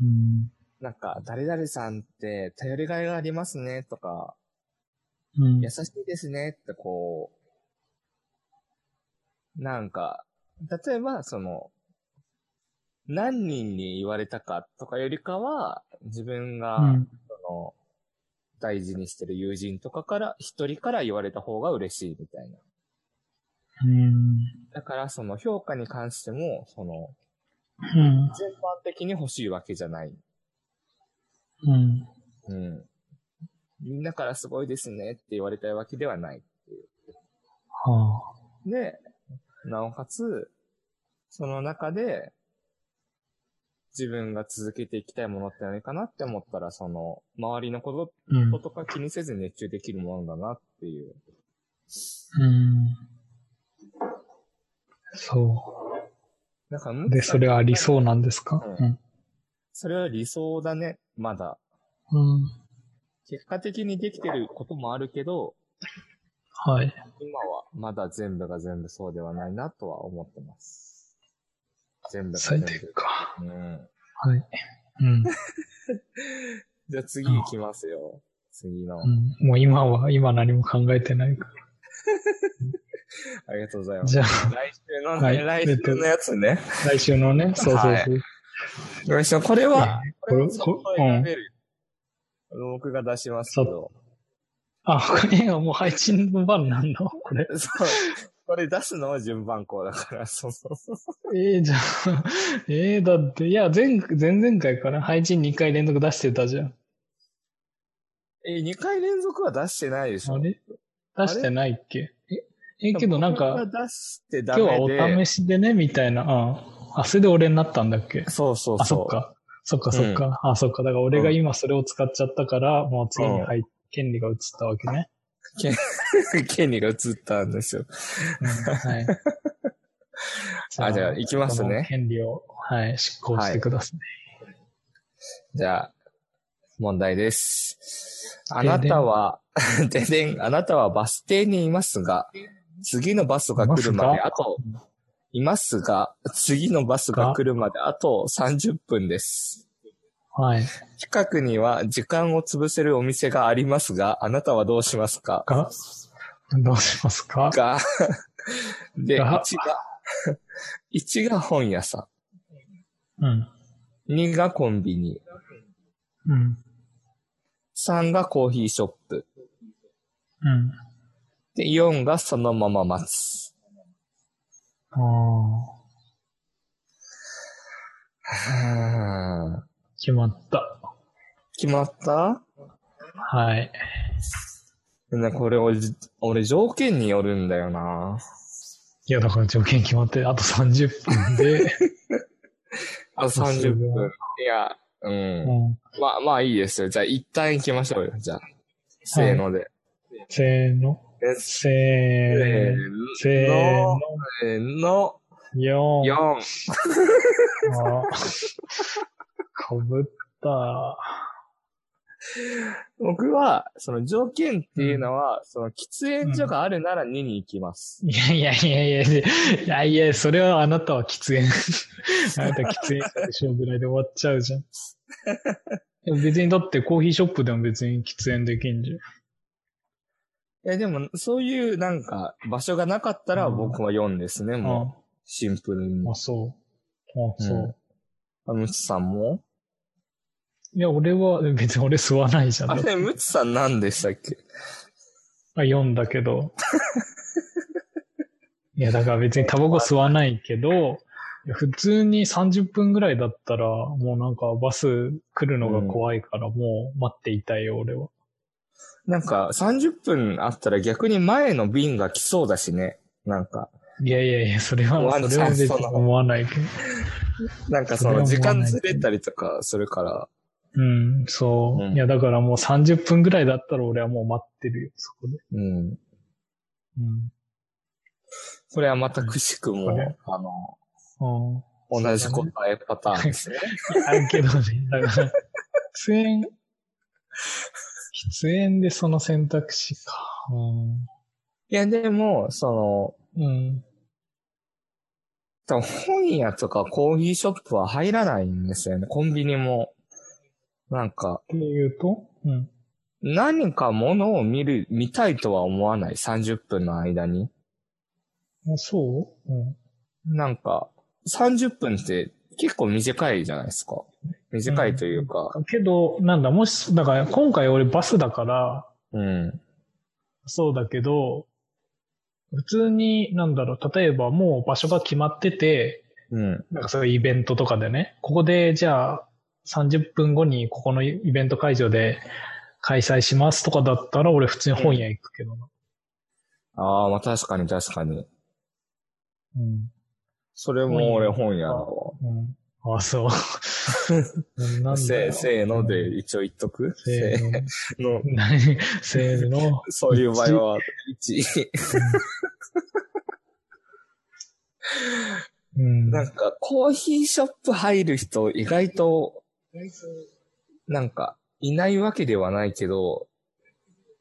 ん。なんか、誰々さんって頼りがいがありますね、とか、うん優。しいですねってこう、なんか、例えばその、何人に言われたかとかよりかは、自分が、うんその、大事にしてる友人とかから、一人から言われた方が嬉しいみたいな。うん。だからその評価に関しても、その、うん。全般的に欲しいわけじゃない。うん。うん。みんなからすごいですねって言われたいわけではない。はあ。で、なおかつ、その中で、自分が続けていきたいものって何かなって思ったら、その、周りのこうとん。とか気にせず熱中できるものだなっていう。うん。そなんか、う。で、それは理。想なんですかうんそれは理想だね、まだ。うん。うん。結果的にできてることもあるけど、はい。今はまだ全部が全部そうではないなとは思ってます。全部が最全部。低か。うん。はい。うん。じゃあ次行きますよ。次の。うん、もう今は、今何も考えてないかありがとうございら。ます。じゃあ、来週の、はい来週のやつね。来週のね、そうそうそう。来週の、これは、ここれれはちょっと選べる。僕が出しますけど。あ、これがもう配信の 番なんだ、これ。そう。これ出すのは順番校だから、そうそうそう。ええじゃあ、 ええだって、いや、前、前々回から配信2回連続出してたじゃん。え、2回連続は出してないでしょあれ出してないっけえ、え、けどなんか、僕が出してダ今日はメおで。試しでね、みたいな。うん。あ、それで俺になったんだっけそうそうそう。あ、そっ。 か。そっかそっか。あ、そっか。だから俺が今それを使っちゃったから、もう次に入っ権利が移ったわけね。権利が移ったんですよ。 はい。あじゃあ行きますねこの権利を、はい、執行してください。じゃあ、問題です。あなたは、 ででん、あなたはバス停にいますが、次のバスが来るまいますで、があと、いますが、次のバスが来るまで、あと30分です。はい。近くには時間を潰せるお店がありますが、あなたはどうしますかが、どうしますかが、で、1がが、1が本屋さうん。ん、2がコンビニ、うん。 3がコーヒーショップ、うん。で、4がそのまま待つ。ああ、はあ決まった。決まったはい。ね、これ俺、俺条件によるんだよな。いや、だから条件決まって、あと30分 で、あ、30分。いや、うう。んん。まあ、まあいいですよ。じゃあ一旦行きましょうよ。じゃあ。せーので。せーの、せせーの、せーの、ーの、よーん。 4。あーかぶった。僕は、その条件っていうのは、その喫煙所があるなら2に行きます。いやいやいやいやいや、いやいや、それはあなたは喫煙。 あなた喫煙者でしょうぐらいで終わっちゃうじゃん。でも別にだってコーヒーショップでも別に喫煙できんじゃん。いや、でも、そういうなんか、場所がなかったら僕は4ですね、もう。シンプルにあ、。あそう。あ、そう。あむつさんもいや、俺は、別に俺吸わないじゃん。あれ、ムツさん何でしたっけまあ、読んだけど。 いや、だから別にタバコ吸わないけど、いや普通に30分ぐらいだったら、もうなんかバス来るのが怖いから、もう待っていたいよ、俺は。なんか、30分あったら逆に前の便が来そうだしね。なんか、いやいやいや、それもうあは、のそれは別にそんな思わないけど。なんかそそれはの思わ時間ないずれたりとかするから。うん、そう。うんいや、だからもう30分ぐらいだったら俺はもう待ってるよ、そこで。うん。うん。これはまたくしくも、これあの、うん同じ答えパターンですね。あるけど ね。だから、喫煙、喫煙でその選択肢か。いや、でも、そうの、ん。うん。多分本屋とかコーヒーショップは入らないんですよね。コンビニも。なんか、っていうと、うん。何か物を見る、見たいとは思わない。30分の間に。あそううん。なんか、30分って結構短いじゃないですか。短いというか、けど、なんだ、もし、だから今回俺バスだから、うん。そうだけど、普通に、なんだろう、例えばもう場所が決まってて、うん。なんかそういうイベントとかでね、ここでじゃあ30分後にここのイベント会場で開催しますとかだったら俺普通に本屋行くけどな。ああ、まあ確かに確かに。うん。それも俺本屋だわ。うん。あ そう。なんだせー、せーのでうん一応言っとくせせーの。ーの。何せーの。そういう場合は、1。 うん。なんか、コーヒーショップ入る人意外と、なんか、いないわけではないけど、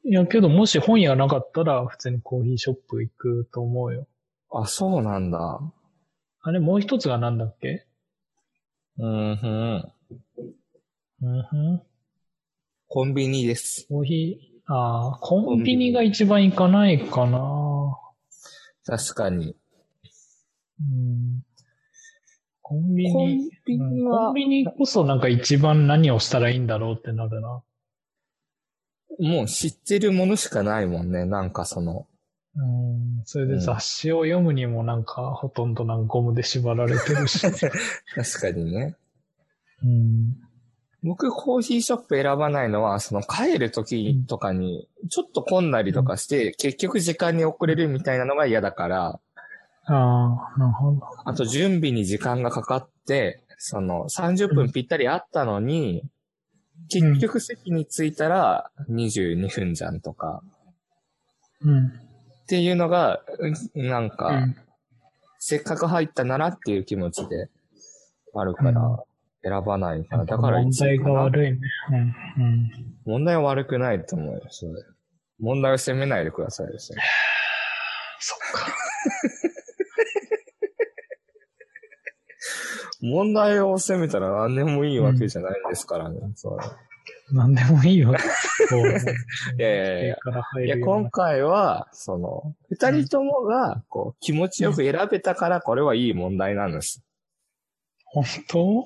いや、けどもし本屋なかったら普通にコーヒーショップ行くと思うよ。あ、そうなんだ。あれもう一つがなんだっけうんふん。うんふん。コンビニです。コーヒー、ああ、コンビニが一番行かないかな。確かに。うんコンビコニン、ビうんニコはン、ビニこそなんか一番何をしたらいいんだろうってなるな。もう知ってるものしかないもんね。なんかその、うん、それで雑誌を読むにもなんかほとんどなんかゴムで縛られてる し。確かにね。うん、僕、コーヒーショップ選ばないのは、その帰る時とかに、ちょっと混んだりとかして、結局時間に遅れるみたいなのが嫌だから、ああ、なるほど。あと準備に時間がかかって、その30分ぴったりあったのに、うん結局席に着いたら22分じゃんとか、うん。っていうのが、うんなんうか、んせっかく入ったならっていう気持ちであるから、選ばないから。だから問一位題かがな悪いね。うん、うん。問題は悪くないと思うよ、それ。問題を責めないでくださいですね。 そっか。 問題を責めたら何でもいいわけじゃないですからね、そなんでもいい わ。そういやいやいや否定から入れ。いるや、よう今な回は、その、二人ともが、こう、気持ちよく選べたから、これはいい問題なんです。本当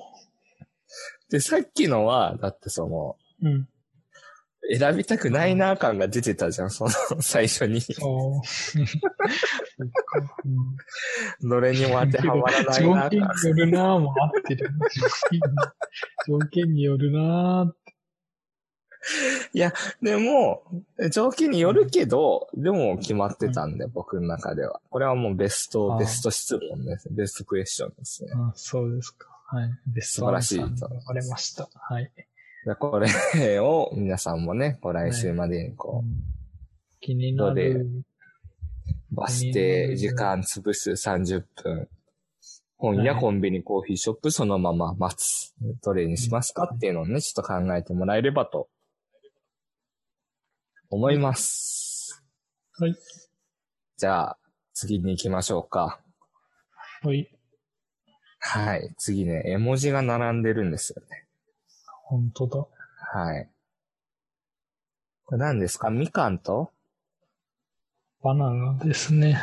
で、さっきのは、だってその、うん。選びたくないな感が出てたじゃん、その、最初 に。そう。そっ か。 うんどれにも当てはまらない な条件感。によるなぁも合ってる。条件によるなぁって。でも、条件によるけど、でも決まってたんで、僕の中では。これはもうベスあト、あベスト質問です。ベストクエスチョンですね。あそうですか。はい。ベス素晴らしいアンサーに選ばれました。はい。でこれを皆さんもね、こう来週までにこ気になる。う、バスう停、ん時間潰す30分。本屋、はいコンビニ、コーヒーショップ、そのまま待つ。どれにしますかっていうのをね、ちょっと考えてもらえればと、思います。はい。じゃあ、次に行きましょうか。はい。はい。次ね、絵文字が並んでるんですよね。本当だ。はい。これ何ですかみかんとバナナですね。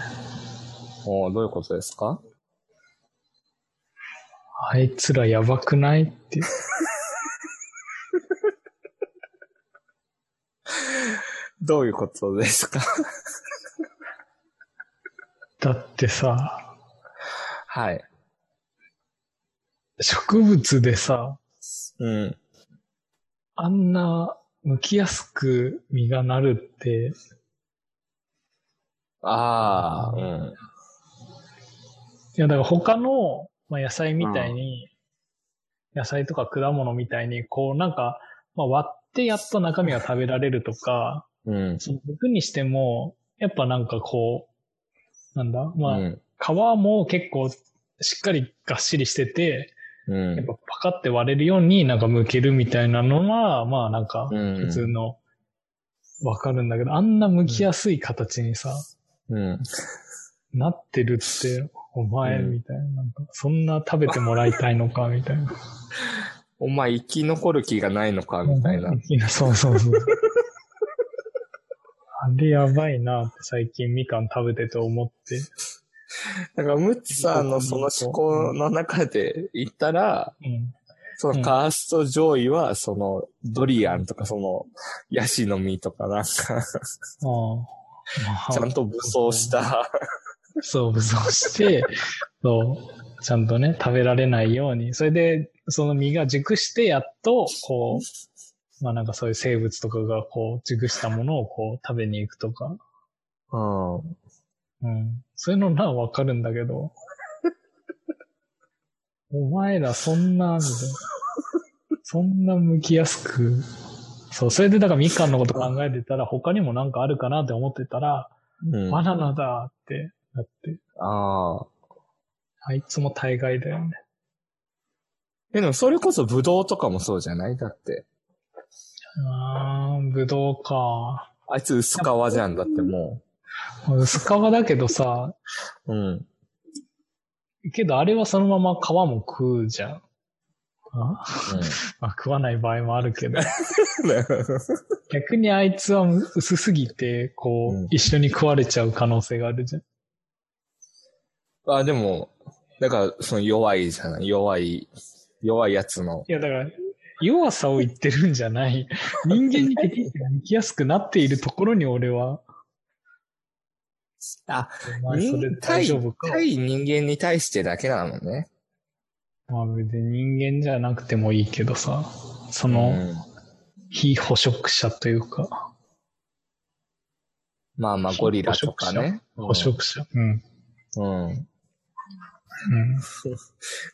おーどういうことですかあいつらやばくないって。どういうことですかだってさ、 はい。植物でさ、うん。あんな剥きやすく実がなるって、ああ、うん。いやだから他の、まあ、野菜みたいに、野菜とか果物みたいに、こうなんか、まあ、割ってやっと中身が食べられるとか、うん。その僕にしても、やっぱなんかこう、なんだまあ、うん。皮も結構しっかりがっしりしてて、やっうぱパカって割れるようになんか剥けるみたいなのは、まあなんかん。普通のわかるんだけど、あんな剥きやすい形にさ、うん。なってるって、お前うんみたいな、なんかそんな食べてもらいたいのかみたいな。お前生き残る気がないのか、みたいな。 そうそうそう。あれやばいなって最近みかん食べてて思って。だから、ムッツさんのその思考の中で言ったら、うん。そのカースト上位は、そのドリアンとか、そのヤシの実とかなんか、ちああ。まあゃんと武装した。そう、武装して、そう、ちゃんとね、食べられないように。それで、その実が熟して、やっと、こう、まあなんかそういう生物とかが、こう、熟したものをこう、食べに行くとか。うん。うん。そういうのならわかるんだけど。お前らそんな、みたいなそんな剥きやすく。そう、それでだからみかんのこと考えてたら、他にもなんかあるかなって思ってたら、うん、バあナナだってなって。あ。あいつも大概だよね。え、でもそれこそブドウとかもそうじゃないだって。あー、ぶどうか。あいつ薄皮じゃんだっても薄皮だけどさ、う。 うん。けどあれはそのまま皮も食うじゃん。あ まあ、食わない場合もあるけど。逆にあいつは薄すぎて、こう、うん一緒に食われちゃう可能性があるじゃん。うん、あ、でも、だから、その弱いじゃない弱い、弱いやつの。いや、だから、弱さを言ってるんじゃない。人間に適して生きやすくなっているところに俺は、あ、お前それ大丈夫か。対対人間に対してだけなのね。まあ別に人間じゃなくてもいいけどさ、そうの、ん。非捕食者というか。まあまあ、ゴリラとかね。捕食者。うん。うん。ううん。ん。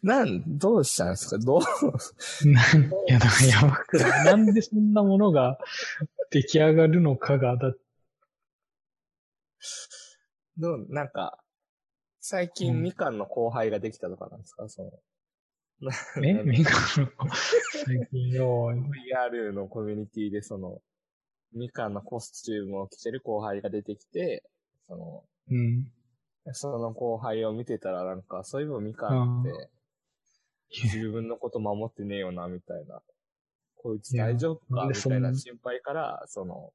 なん、どうしたんですかどう、 なんいや、だからやばく ない。なんでそんなものが出来上がるのかが、だって、どう、なんか、最う近んみかんの後輩ができたとかなんですかその、ね、メガの最近よ、 VR のコミュニティでその、みかんのコスチュームを着てる後輩が出てきて、その、うん。その後輩を見てたらなんか、そういえばみかんって、自分のこと守ってねえよな、みたいな。こいつ大丈い夫やなんかでみそたんいなな心配から、その、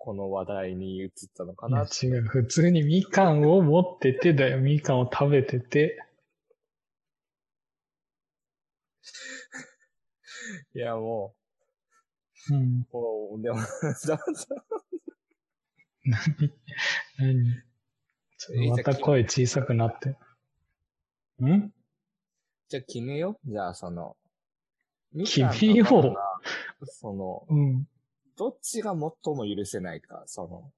この話題に移ったのかいやな。違う。普通にみかんを持っててだよ。みかんを食べてて。いや、もうん。う、も う、でも、何何ちょっとまた声小さくなって。んじゃあ決めよう。じゃあその、み決めようかんとバナナその、うん。どっちが最も許せないか、その、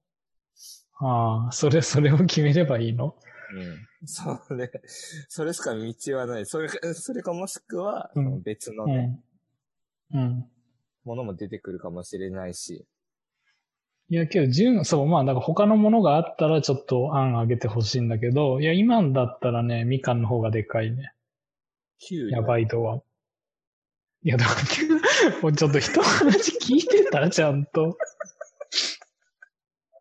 ああ、それ、それを決めればいいのうん。それ、それしか道はない。それか、それかもしくは、うんその別のうね、ん。うん。ものも出てくるかもしれないし。いや、けど、純、そう、まあ、だから他のものがあったら、ちょっと案あげてほしいんだけど、いや、今んだったらね、みかんの方がでかいね。 9位。やばいとは。いや、だから、 もうちょっと人の話聞いてたちゃんと。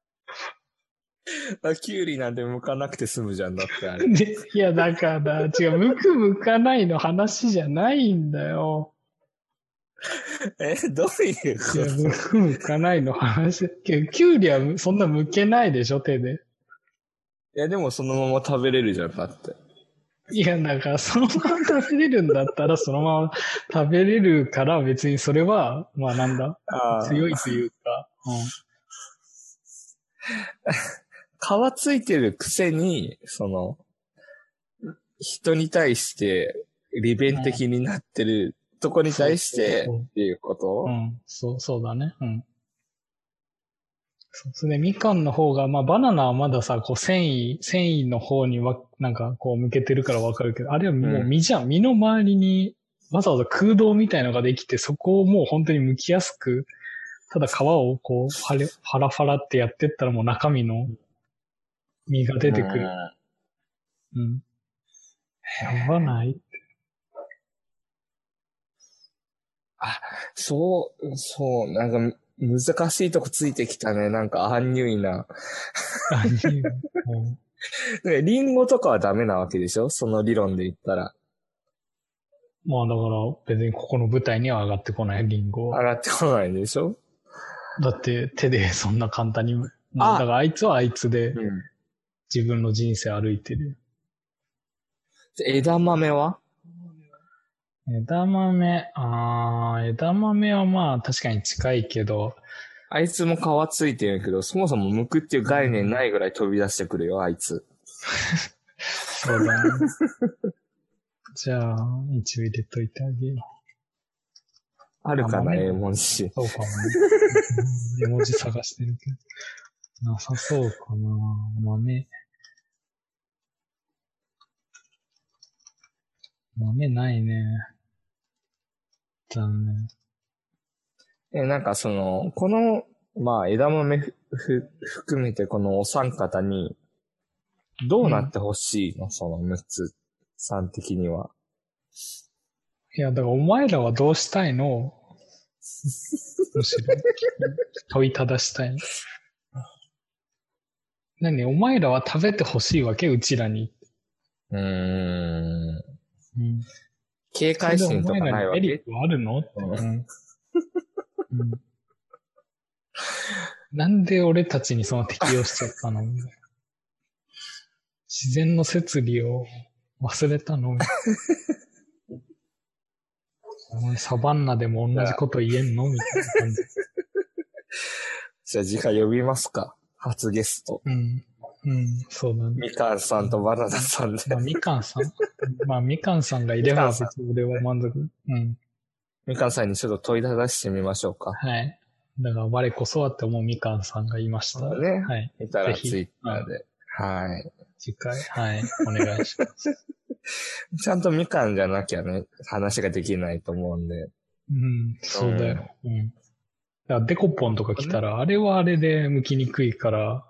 あ。キュウリなんて向かなくて済むじゃんだってあ れ。でいや、だから、違う、向く向かないの話じゃないんだよ。え、どういういこや、向く向かないの話。けど、キュウリはそんな向けないでしょ、手で。といや、でもそのまま食べれるじゃんだって。いや、だから、そのまま食べれるんだったら、そのまま食べれるから、別にそれは、まあなんだ、ああ。強いというか、皮ついてるくせに、その、人に対して利便的になってるとこに対してそうそうそうっていうことうん。そう、そうだね。うん。そうそれで、みかんの方が、まあ、バナナはまださ、こう、繊維、繊維の方にわ、なんか、こう、向けてるからわかるけど、あれはもう実じゃん。実の周りに、わざわざ空洞みたいのができて、そこをもう本当に剥きやすく、ただ皮をこう、はれ、ファラファラってやってったらもう中身の実が出てくうる。んうん。やばない そう、そう、なんか難しいとこついてきたね。なんか安入意な。あいいよもでリンゴとかはダメなわけでしょその理論で言ったら。うまあ、だから、別にここの舞台には上がってこない、リンゴは。 洗ってこないでしょだって手でそんな簡単に、もうだあからあいつはあいつでうん。自分の人生歩いてる。枝豆は枝豆、あー枝豆はまあ確かに近いけど、あいつも皮ついてるけど、そもそも剥くっていう概念ないぐらい飛び出してくるよ、あいつ。そうだ ね。じゃあ、一応入れといてあげよあるかあな、豆ええもんし。う。そうかもね。絵文字探してるけど。なさそうかな。豆。豆ないね。残念。え、なんかその、この、まあ、枝豆ふ、ふ、含めてこのお三方に、どうなってほしいの、その六つさん的には。いや、だからお前らはどうしたいのをむしろ問いただしたいの。何お前らは食べてほしいわけうちらに。うーん。うん。警戒心とかないわメリッけトはあるのって。ううんうんなんで俺たちにその適用しちゃったのみたいな自然の摂理を忘れたのみたいなお前サバンナでも同じこと言えんのみたいな感じ。じゃあ次回呼びますか。初ゲスト。うん。うん、そうだね。みかんさんとバナナさんで。まあ、みかんさん。まあ、みかんさんがいればみ別かんに俺は満足。うん。みかんさんにちょっと問いただしてみましょうか。はい。だから、我こそはって思うみかんさんがいました。そうだねはい。見たらぜツひイッターで。はい。次回。はい。お願いします。ちゃんとみかんじゃなきゃね、話ができないと思うんで。うん。そうだよ。うん。だから、デコポンとか来たら、あれはあれで向きにくいから、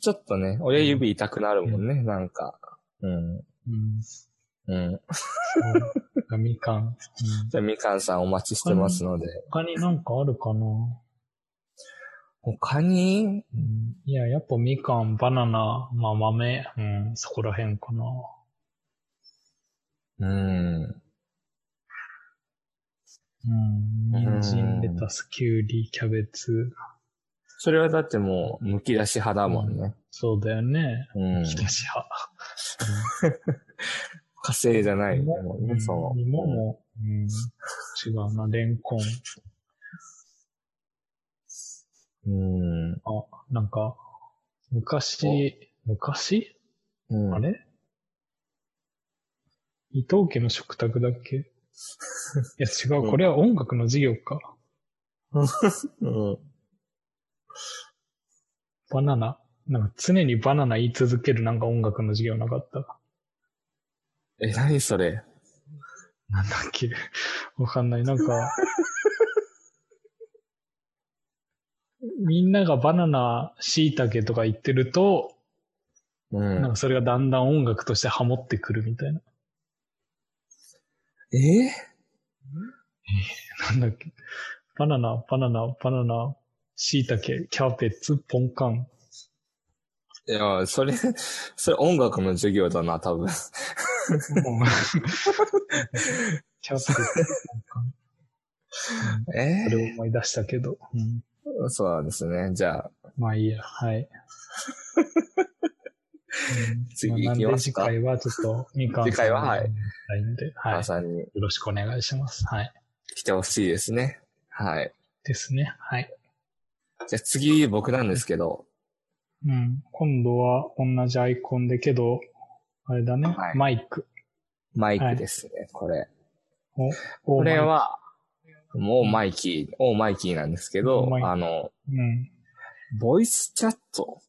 ちょっとね、親指痛くなるもんね、なんか。うん。うん。うん。そうだ からみかん。うん、じゃあ、みかんさんお待ちしてますので。他になんかあるかな、他に、うん、いや、やっぱみかん、バナナ、まあ豆、うん、そこら辺かな。ううん。ん。うん人参、レタス、キュウリ、キャベツ。それはだってもう、剥き出し派だもんね。そうだよね。うん。ひたし派。火星じゃないもん芋ね、その。芋も、うん、違うな。レンコン。うん。うあ、なんか、昔、昔、ん。あれ伊藤家の食卓だっけいや、違う。これは音楽の授業か。うん。バナナ。なんか常にバナナ言い続けるなんか音楽の授業なかった。え、何それなんだっけわかんない。なんか、みんながバナナ、椎茸とか言ってると、うなんんか。それがだんだん音楽としてハモってくるみたいな。えなんだっけバナナ、バナナ、バナナ、椎茸、キャベツ、ポンカン。いや、それ、 それ音楽の授業だな、多分。キャベツ、ポンカン。えそれを思い出したけど。うんそうなんですね。じゃあ、まあいいや、はい。うん 次行きますかまあなんで次回はちょっと、みかんさん次回ははいはいんで、はい。母よさんにろしくお願いします。はい。来てほしいですね。はい。ですね。はい。じゃあ次僕なんですけど、うん。今度は同じアイコンでけど、あれだね。はいマイク。マイクですね、これ。ここれ、は、もうマイキー、オーマイキーなんですけオどーマイ、キーあの、うん。ボイスチャット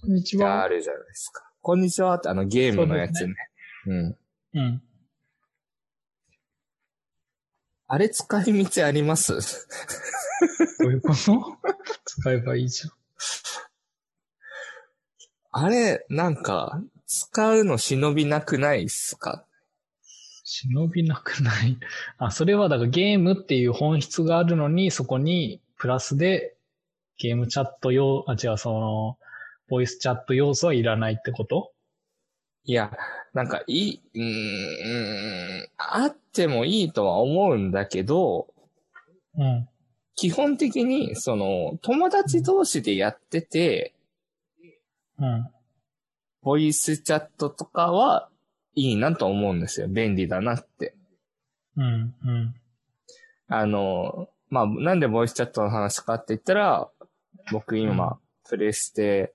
こんにちがはあ。るじゃないですか。こんにちはって、あの、ゲームのやつそうね。うん。うん。あれ使い道ありますどういうこと 使えばいいじあれ、なんか、使うの忍びなくないっすかゃん。忍びなくないあ、それはだからゲームっていう本質があるのに、そこにプラスでゲームチャット用、あ、違う、その、ボイスチャット要素はいらないってこといや、なんか、いい、うーん、うーんあってもいいとは思うんだけど、うん。基本的に、その、友達同士でやってて、うん。ボイスチャットとかはいいなと思うんですよ。便利だなって。うん。うん。あの、まあ、なんでボイスチャットの話かって言ったら、僕今、プレステ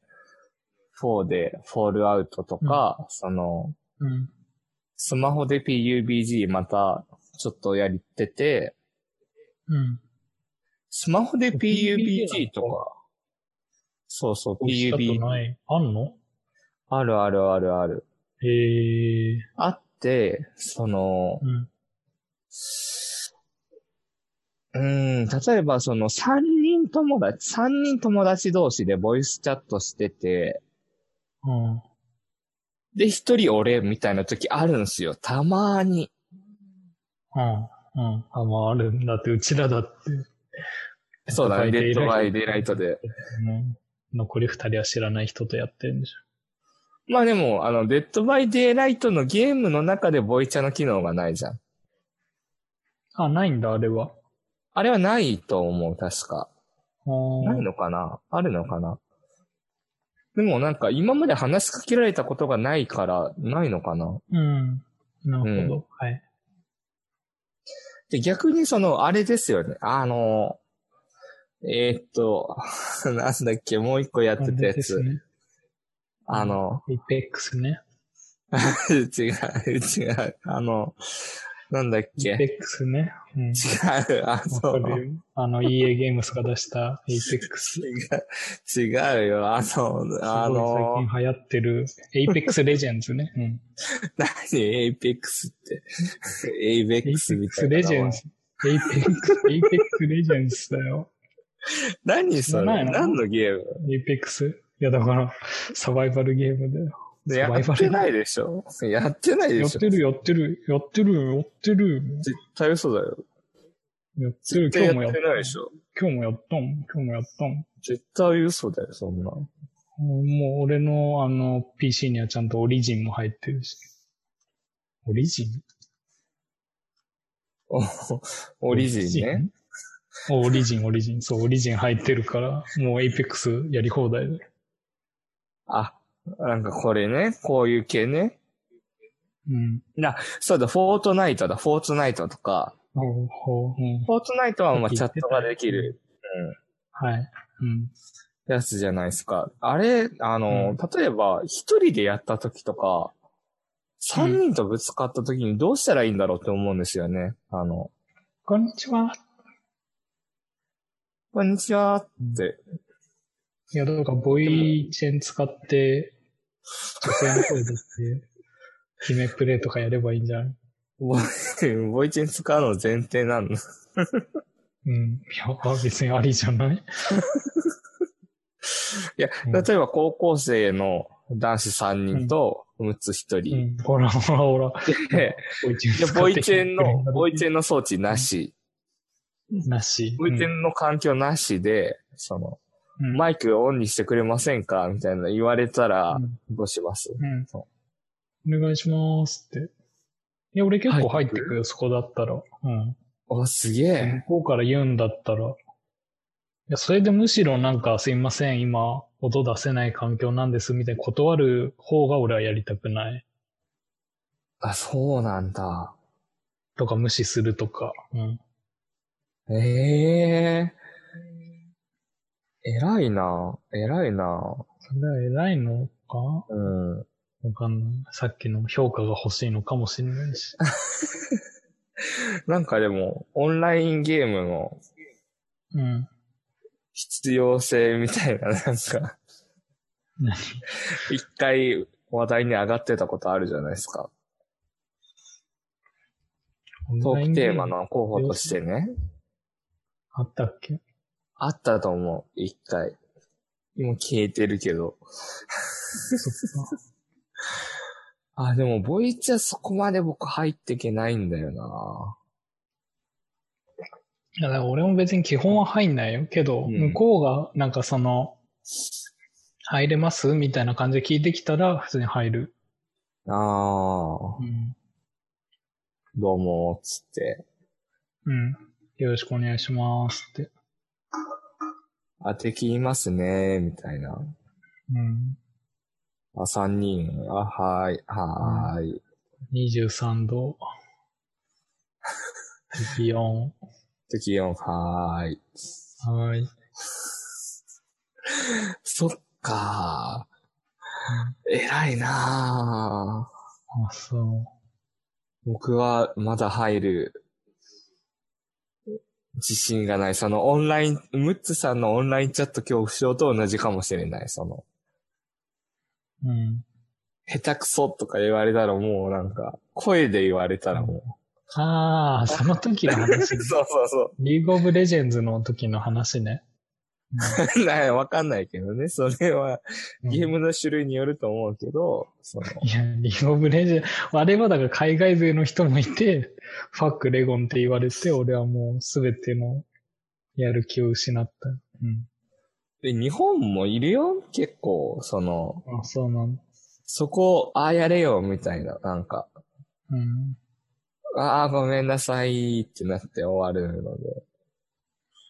4で、フォールアウトとか、その、うん。スマホで PUBG また、ちょっとやりてて、うん。スマホで PUBG PUBG とか、そうそう、ボイスチャッ PUBG ト。ない。あんのあるあるあるある。へえー。あって、そのう、ん。うん、例えばその3人友達、3人友達同士でボイスチャットしてて、うん。で、1人俺みたいな時あるんすよ。たまーに。うん。うん。あ、まああるんだって、うちらだって。そうだね。レッドバイデイライトで。うん。残り二人は知らない人とやってるんでしまあでも、あの、デッドバイデイライトのゲームの中でボイチャの機能がないじゃん。ょ。あ、ないんだ、あれは。あれはないと思う、確か。あーないのかなあるのかなでもなんか今まで話しかけられたことがないから、ないのかなうん。なるほど。はい。で、逆にその、あれですよね。あの、えーっと、 なんだっけ、もう一個やってたやですつ。ね。あの、 リペックスね。違う、違う。あの、なんだっけ。リ違ペックスね。 うん。う、あわかの、るよあの、EA ゲームスが出したエイペックス。違う、違うよ。あの、あすごいの、最近流行ってる、エイペックスレジェンズね。うん。何、エイペックスって。エイペエイペックスッみクたスいなレ名前。ジェンズ。エイペック ス、エイペックスレジェンズだよ。何それ知らないの何のゲームエイペックスいや、だから、サバイバルゲームだよ。でサやバイバっルてないでしょやってないでやっしょてる、やってる、やってる、やってる。絶対嘘だよ。やってる、絶対今日やってもやった。ないでしょ今日もやったもん、今日もやったもん。絶対嘘だよ、そんな。もう俺のあの PC にはちゃんとオリジンも入ってるし。オリジンおオリジンね。おオリジン、オリジン。そう、オリジン入ってるから、もうエイペックスやり放題で。あ、なんかこれね、こういう系ね。うん。そうだ、フォートナイトだ、フォートナイトとか。ほうほう、うん。フォートナイトはまあさっき言チャっッてトたができるはい。うん。やつじゃないですか。あれ、あの、うん例えば、一人でやった時とか、三人とぶつかった時にどうしたらいいんだろうって思うんですよね。あの、こんにちは。こんにちはって。いや、だからボイチェン使って、女性の声出して、姫プレイとかやればいいんじゃないボイ、ボイチン使うの前提なの。うん。いや、別にありじゃないいや、うん例えば高校生の男子3人と、6つ1う人。ん。ほらほらほら。で、ボイチェンで、ボイチェンの、ボイチェェンの装置なし、ン。なし。ボイチェンの環境なしで、その、うん、マイクオンにしてくれませんかみたいな言われたらう、んどうしますうん。おそ願いしますって。いや、俺結構入ってくよ、そこだったら。うん。お、すげえ。向こうから言うんだったら。いや、それでむしろなんか、すいません、今、音出せない環境なんです、みたいに断る方が俺はやりたくない。あ、そうなんだ。とか、無視するとか。うん。ええ偉いな偉いなそれは偉いのかわうん。かんない。さっきの評価が欲しいのかもしれないし。なんかでも、オンラインゲームのうん。必要性みたいな、なんか、何一回話題に上がってたことあるじゃないですか。トークテーマ。の候補としてね。あったっ けあったと思う、一回。今消えてるけど。そっか。あ、でも、ボイチはそこまで僕入っていけないんだよないや、だから俺も別に基本は入んないよ。けど、うん向こうがなんかその、入れますみたいな感じで聞いてきたら、普通に入る。ああ、うん。どうも、つって。うん。よろしくお願いしますって。あ、敵いますね、みたいな。うん。あ、三人。あ、はーい、はーい。 23度。 気温。敵四、はーい。はい。 そっかー。偉いなーあ、そう。僕はまだ入る自信がない。そのオンライン、ムッツさんのオンラインチャット恐怖症と同じかもしれない。その、うん。下手くそとか言われたらもうなんか、声で言われたらもああ、その時のう。。話 そうそうそリーグオブレジェンズの時の話ね。う。ないわかんないけどね。それはうんゲームの種類によると思うけど、その、いや、リーグオブレジェンド、あれはだから海外勢の人もいて、ファックレゴンって言われて、俺はもうすべてのやる気を失った。うで日本もいるよ結構、その、ん。あ、そうなんだ。そこ、ああやれよ、みたいな、なんか、うん。ああ、ごめんなさいってなって終わるので、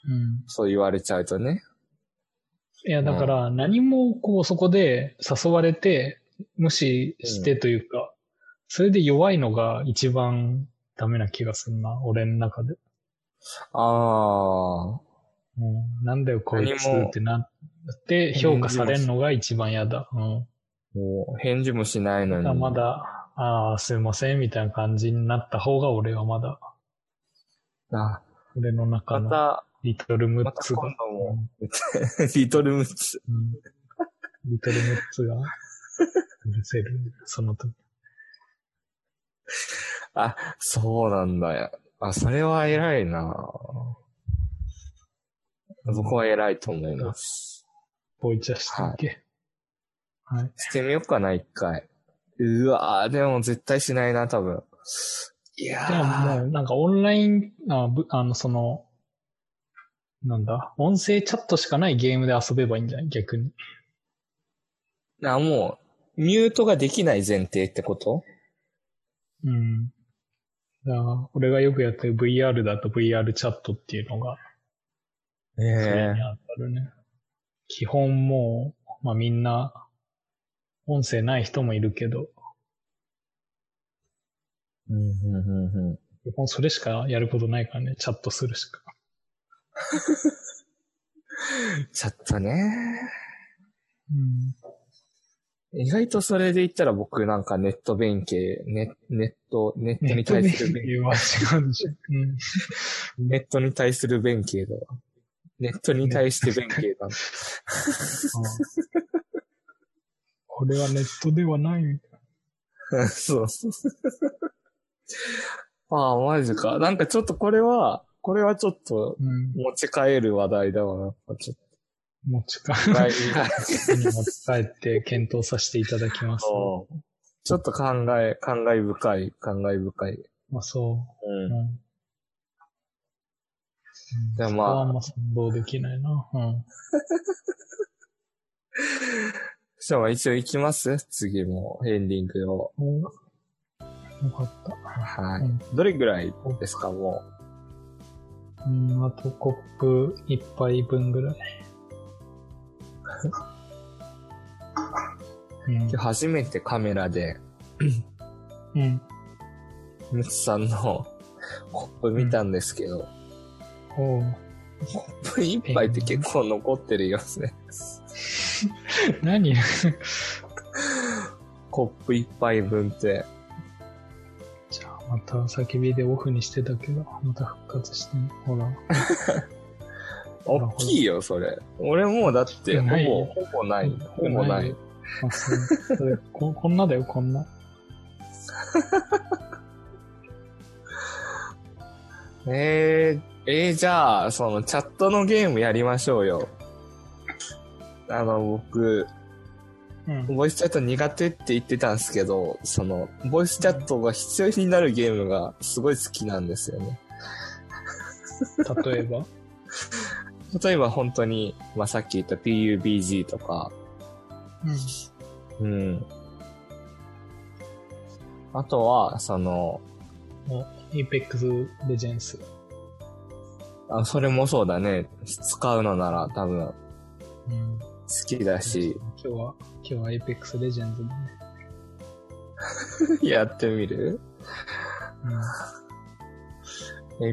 うん。そう言われちゃうとね。いや、だから何もこうそこで誘われて、無視してというか、それで弱いのが一番ダメな気がするな、俺の中で。ああ、うん、なんだよ、こいつ何もってなって、評価されるのが一番嫌だ。うん。もう返事もしないのまに。だまだ、ああ、すいません、みたいな感じになった方が俺はまだ、あ俺の中まのた、リトルムまッたツが、今度 も、リトルムッツ。うんリトルムッツが許せる、その時。あ、そうなんだよ。あ、それは偉いな。僕は偉いと思います。ボイチャしたっけ、はい、してみようかな、一回。うわーでも絶対しないな、多分。いでもやもう、なんかオンライン、あ、ぶあの、その、なんだ、音声チャットしかないゲームで遊べばいいんじゃない逆に。ーあ、もう、ミュートができない前提ってことうん。だから俺がよくやってる VR だと VR チャットっていうのが、そえれえに当たるね。基本もう、まあみんな、音声ない人もいるけど、うんうんうんうん基本それしかやることないからね、チャットするしか。チャットね。うん。意外とそれで言ったら僕なんかネット弁慶、ネネット、ネットに対すネットる弁、ビューは違うでしょ。 うん。ネットに対する弁慶だわ。ネットに対して弁慶だな。これはネットではないみたい。 そうそう。ああ、マジか。なんかちょっとこれは、これはちょっとうん。持ち帰る話題だわ。やっぱちょっ持ち帰と。来りに持ち帰って検討させていただきます。 そうちょっと考え、感慨深い、感慨深い。。まあそうう。うんん。でもそこまあはあんま賛同できないな。うん。じゃあ一応行きます次もエンディングを。およかった。はうんい。どれぐらいですかもうん、あとコップ一杯分ぐらい。うんう。今日初めてカメラで、うん。ムツさんのコップ見たんですけど、おう分いっぱいって結構残ってるよね。何コップ一杯分って。じゃあまた叫びでオフにしてたけど、また復活してねほら。大きいよ、それ。俺もうだって、ほないぼ、ほぼない。ほぼない。あそうそれこ。こんなだよ、こんな。えー、えー、じゃあ、そのチャットのゲームやりましょうよ。あの、僕、うん。ボイスチャット苦手って言ってたんですけど、その、ボイスチャットが必要になるゲームがすごい好きなんですよね。例えば例えば本当に、まあ、さっき言った PUBG とか、うん。うん。あとは、その、エイペックスレジェンス。あ、それもそうだね。使うのなら多分好うん。き だし、今日は、今日はエイペックスレジェンズだね。やってみるうん。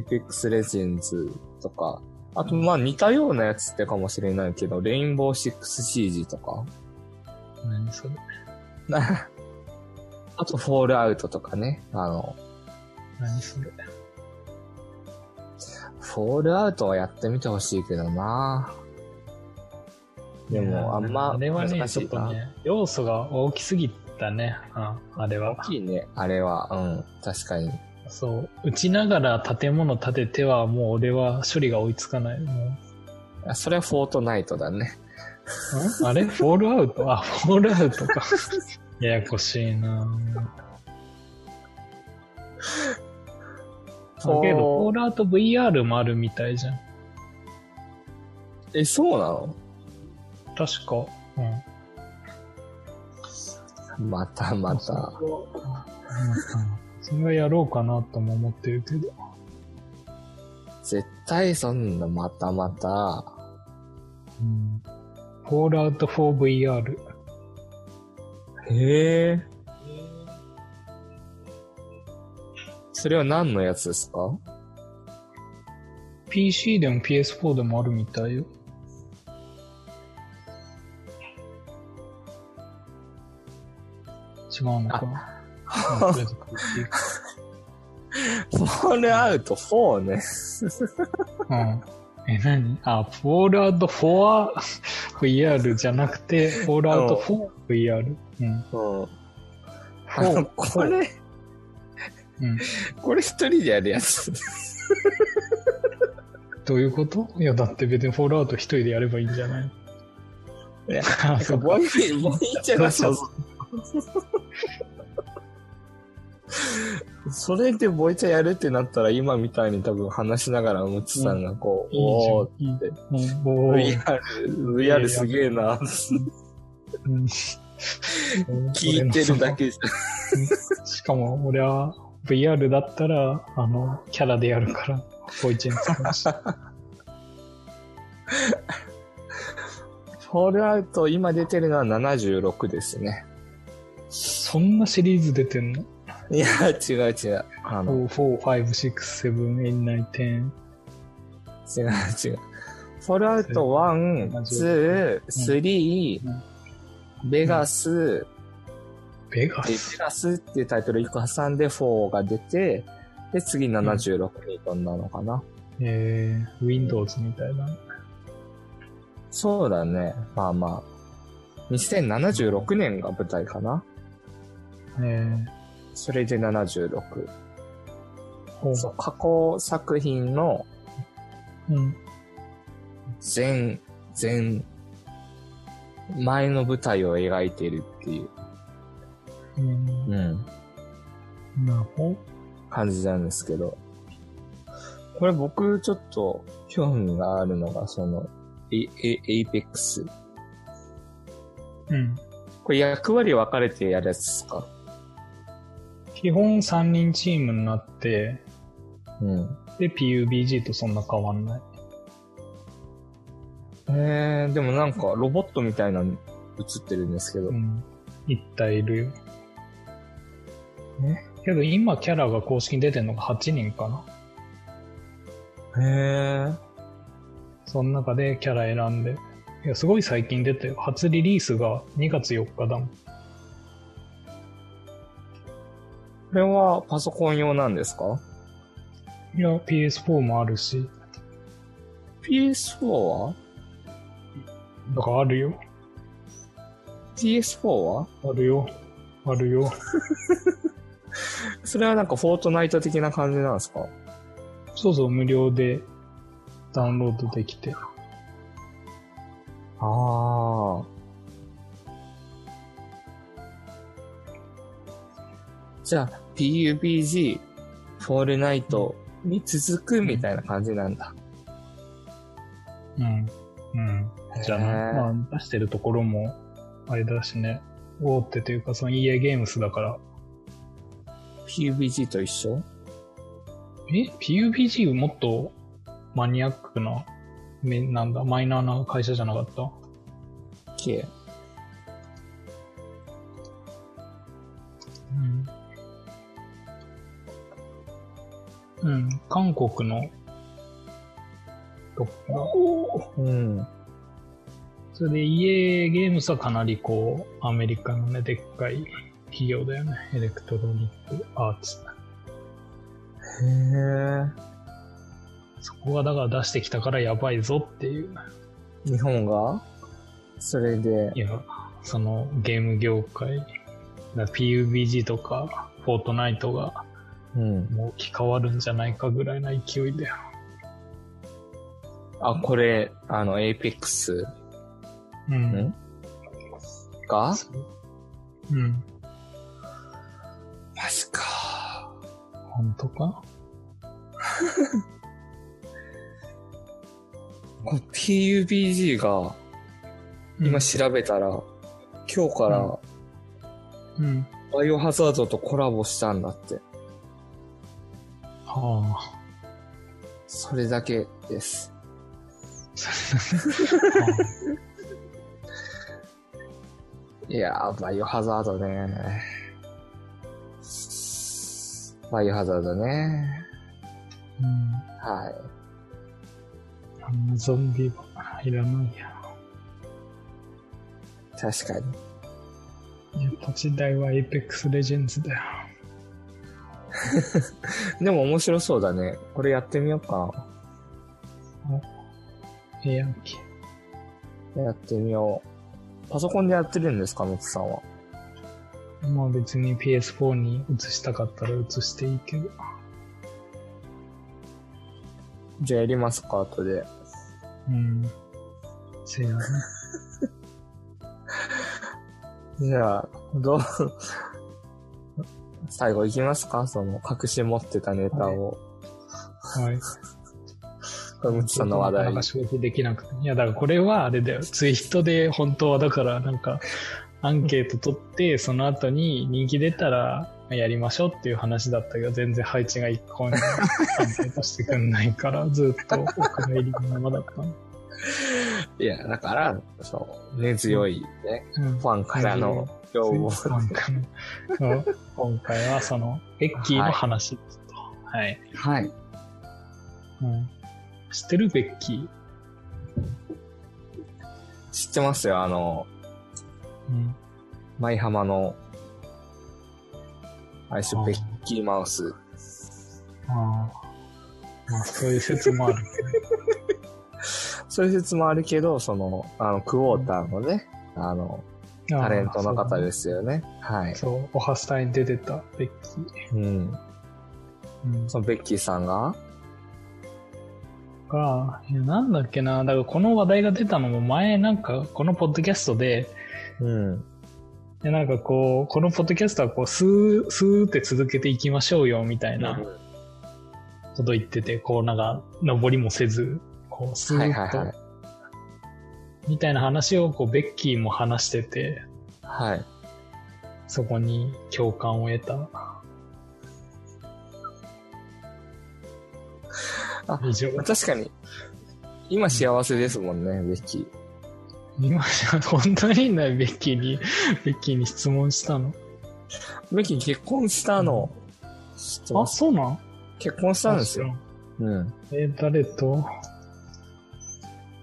?Apex Legends とか。あと、まあ似たようなやつってかもしれないけど、レインボー 6CG とか。 何それなあと、フォールアウトとかね。あの、何それフォールアウトはやってみてほしいけどなでいやも、あんまあれは難しいね、ちな。ょっとね、要素が大きすぎたね。ああれは大。きいね、あれは。うん、確かに。そう。打ちながら建物建てては、もう俺は処理が追いつかない。もあそれはフォートナイトだね。うんあ れフォールアウトあ、フォールアウトか。ややこしいなだけど、フォールアウト VR もあるみたいじゃん。え、そうなの確か。うん。またまそた。こはうんそれはやろうかなとも思ってるけど。絶対そんな、またまた。うん。フォールアウト 4VR。へえ。それは何のやつですか PC でも PS4 でもあるみたいよ。違うのか。うんとりあえずこっち行くフォールアウト4ね。うん。え、何あ、フォールアウト 4VR じゃなくて、フォールアウト 4VR。うん。うん。あフォのーこれ、うん。これ一人でやるやつ。どういうこといや、だって別にフォールアウト一人でやればいいんじゃないいやあ、そうかボイン、ボインちゃんがそうそれでボイチャやるってなったら今みたいに多分話しながらムツさんがこう、いいじおゃーん。いいってうんおー VR、VR すげえな。うん聞いてるだけじ しかも俺は VR だったら、あの、キャラでやるから、ボイチェン使いました。ゃん。フォールアウト今出てるのは76ですね。そんなシリーズ出てんのいや、違う違う。あの、 ?4、4、5、6、7、8、9、違う違う。フォールアウト1、2、3、ベガス、 10。ベガで、ベス。ガスっていうタイトル1個挟んで4が出て、で、次76に飛んだのかな。えー、Windows みたいな。そうだね。まあまあ。2076年が舞台かな。えそれで76。ー、ほうそう、過去作品のうん。全、全、前の舞台を描いてるっていう、うん。うん、なるほど。感じなんですけど。これ僕ちょっと興味があるのが、その、エエエイペックス。うん。これ役割分かれてやるやつですか基本3人チームになって、うん。で、PUBG とそんな変わんない。えー、でもなんかロボットみたいなの映ってるんですけどう。ん。一体いるよ。ねけど今キャラが公式に出てんのが8人かな。へー。その中でキャラ選んで。いや、すごい最近出たよ。初リリースが2月4日だもん。これはパソコン用なんですかいや、PS4 もあるし、 ?PS4 はだからあるよ。 ?PS4 はあるよ。あるよ。それはなんかフォートナイト的な感じなんですかそうそう、無料でダウンロードできて。ああ。じゃあ、PUBG、フォールナイトに続くみたいな感じなんだ。うん。うん。じゃあへな、ーまあ、出してるところも、あれだしね。大手というか、その EA ゲームスだから。 PUBG と一緒え ?PUBG もっとマニアックな、めなんだ、マイナーな会社じゃなかったけうん。うん、韓国の、とか、うん。それで EA ゲームスはかなりこう、アメリカのね、でっかい企業だよね。エレクトロニックアーツ。へそこがだから出してきたからやばいぞっていう。え。日本がそれでい、や、そのゲーム業界、だ PUBG とか、フォートナイトがうん。もう置き換わるんじゃないかぐらいな勢いだよ。あ、これ、あの、APEX うん。んがうん。マジか。本当かこの PUBG が、今調べたら、今日からうん。うん。バイオハザードとコラボしたんだって。はあ。それだけです。いやー、バイオハザードね。バイオハザードね。うん。はい。あんなゾンビはいらないや。確かに。いや、土地代は Apex Legends だよ。でも面白そうだね。これやってみようかええやんけ。な。やってみよう。パソコンでやってるんですか、ミツさんは。まあ別に PS4 に移したかったら移していいけど。じゃあやりますか、後で。うん。せやね。じゃあ、どう、 最後いきますかその、隠し持ってたネタを。はい。これ、ムツさんの話なか題なか。消費できなくて。いや、だからこれはあれだよ。ツイートで本当はだからなんか、アンケート取って、その後に人気出たらやりましょうっていう話だったけど、全然配置が一向にアンケートしてくんないから、 ずっとお蔵入りのままだったの。いや、だから、そう、根強いね、うんファンからの要望。なんかねそう今回はその、エッキーの話ですと。はい、はい。うん。知ってるベッキー。知ってますよ、あの、うん。舞浜の、あれでしあょ、ーベッキーマウス。ああ。まあ、そういう説もあるそういう説もあるけど、その、あの、クォーターのね、あの、けど。タレントの方すですよね。はい。そう、おはスタに出てた、ベッキー。うん。うん、そのベッキーさんが、が、いやなんだっけな、だからこの話題が出たのも前、なんか、このポッドキャストで、うん。いやなんかこう、このポッドキャストはこう、スー、スーって続けていきましょうよ、みたいなこと言ってて、こう、なんか、登りもせず、こう、スはいーはいっと、はい。みたいな話を、こう、ベッキーも話してて、はい。そこに共感を得た。あ以上。確かに、今幸せですもんね、ベッキー。今じゃ 本当にないベッキーに、ベッキーに質問したの。ベッキー結婚したの、知ってまあ、すそうなん結婚したんですよ。。うん。えー誰と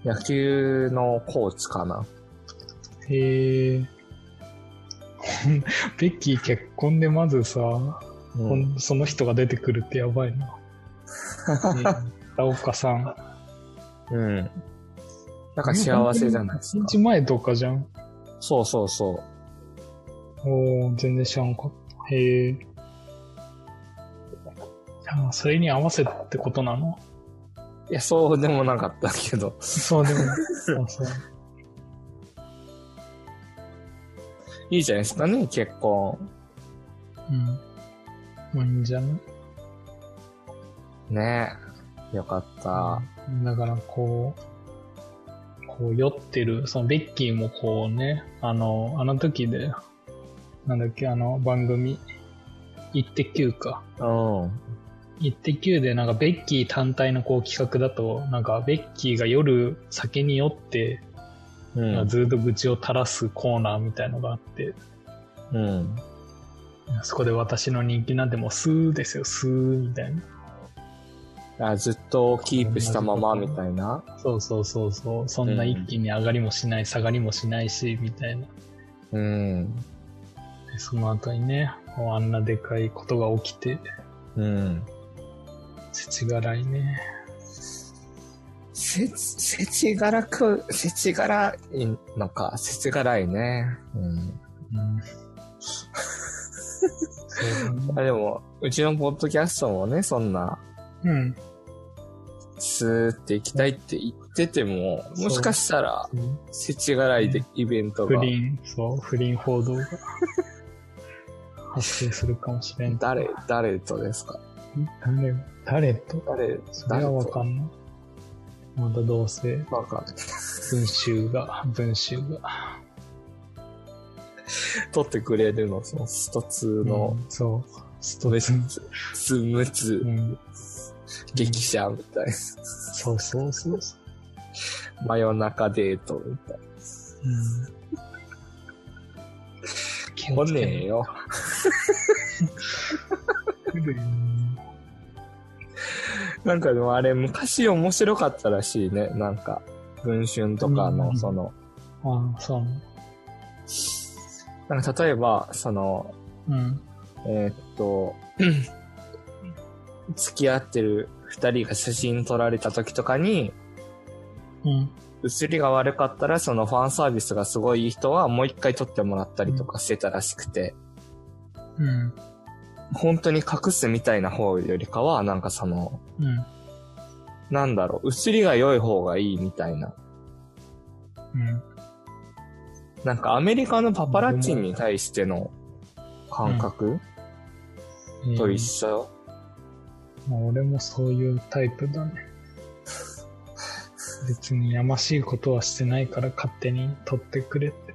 野球のコーチかな。へえ。ベッキー結婚でまずさ、うんこんその人が出てくるってやば いな。ラオカさん。うん。なんか幸せじゃないです1か。日前とかじゃん。そうそうそう。おー、全然知らんかった。へえ。あそれに合わせってことなのいや、そうでもなかったけど。そうでも。 そうそう。いいじゃないですかね、結婚。うん。まあいいんじゃないねえ。よかった。だからこう、こう酔ってる、そのベッキーもこうね、あの、あの時で、なんだっけ、あの番組、イッテ Q か。うん。イッテ Q でなんかベッキー単体のこう企画だと、なんかベッキーが夜酒に酔って、うん。ずっと愚痴を垂らすコーナーみたいのがあって、うん。そこで私の人気なんてもうスーですよ、スーみたいな。あずっとキープしたままみたいな。そうそうそうそう、そんな一気に上がりもしない、下がりもしないし、みたいな。うん。でその後にね、もうあんなでかいことが起きて、うん。せちがらいね。せ、せちがらく、せちがらいのか。せちがらいね。うん。うん。そうあでも、うちのポッドキャストもね、そんな、だねスーって行きたいって言ってても、そうもしかしたら、うん。せちがらいでイベント不が、倫、そう、不倫報道が発生するかもしれん。誰、誰とですか誰誰と誰、それ誰はわとかんない。まだどうせ、わかんない。文集が、文集が。撮ってくれるの、そのスト2の、うんそう。ストめレっスち。ゃスムうツ、ん。激写みたいな。そうそうそうそう。真夜中デートみたいな。うん。気をつ来けなねえよ。うん なんかでもあれ、昔面白かったらしいね。なんか、文春とかうの、んその、ああ、そう。なんか例えば、その、うん。えーっと、 付き合ってる二人が写真撮られた時とかに、うん。写りが悪かったら、そのファンサービスがすごいいい人はもう一回撮ってもらったりとかしてたらしくて、うん。本当に隠すみたいな方よりかは、なんかその、うん。なんだろう、写りが良い方がいいみたいな。うん。なんかアメリカのパパラッチに対しての感覚えーと一緒。まあ俺もそういうタイプだね。別にやましいことはしてないから勝手に取ってくれって。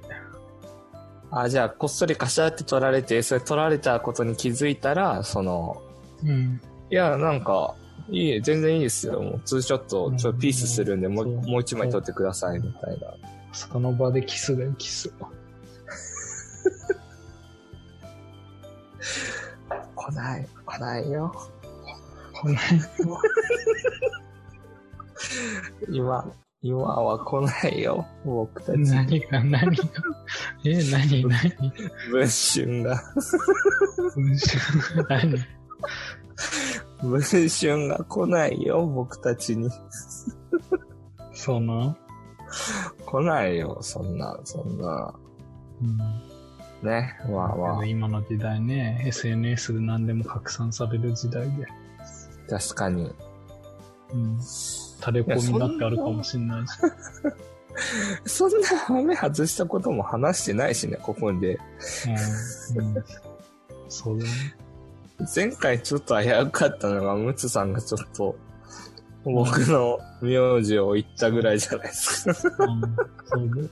あ、じゃあ、こっそりカシャって撮られて、それ撮られたことに気づいたら、その、うん。いや、なんか、いい、全然いいですよ。もう、ツーショット、ちょっとピースするんで、もう、そうもう一枚撮ってください、みたいな。その場でキスだよ、キ ス。来ない、来ないよ。こんな今、今は来ないよ。僕たち、何が何がえ何何 文春が、文章何文春が来ないよ、僕たちに。その、来ないよ、そんな、そんな。うん、ね、まあま今の時代ね SNS で何でも拡散される時代で、あ、確かに。うん、垂れ込みだってあるかもしれないしそんな、雨外したことも話してないしね、ここで。うんうんそうだね前回ちょっと危うかったのが、ムツさんがちょっと、僕の名字を言ったぐらいじゃないですか。 うんそうだ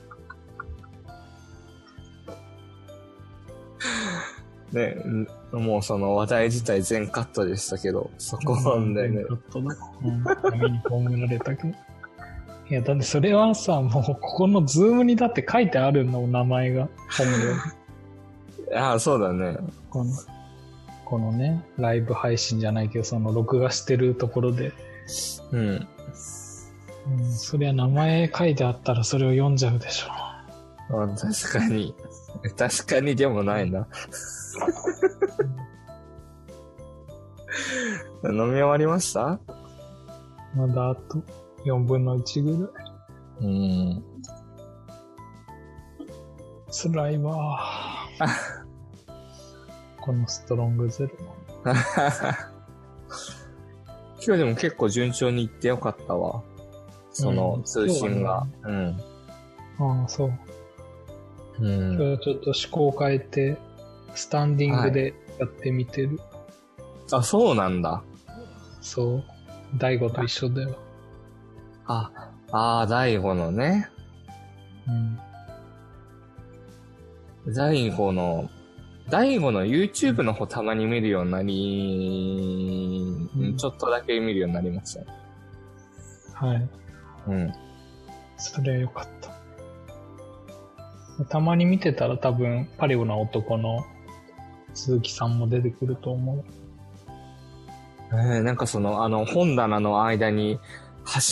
ね、んもうその話題自体全カットでしたけど、そこなんだよねよ。かったな。うん、闇に葬られたけど。いや、だってそれはさ、もうここのズームにだって書いてあるの、名前が。本名ああ、そうだね。この、このね、ライブ配信じゃないけど、その録画してるところで、うん。うん、そりゃ名前書いてあったらそれを読んじゃうでしょ。あ確かに。確かにでもない な。飲み終わりましたまだあと4分の1ぐらい。うん。辛い わ。このストロングゼロ。今日でも結構順調に行ってよかったわ。そのうん通信が。うん。ああ、そう。うん今日はちょっと思考変えて、スタンディングでやってみてる。あ、そうなんだ。そう。大悟と一緒だよ。あ、ああ、第5のね。うん。第5の、第5の YouTube の方たまに見るようになり、うんちょっとだけ見るようになりましたね。はい。うん。それは良かった。たまに見てたら多分、パレオな男の鈴木さんも出てくると思う。えーなんかその、あの、本棚の間に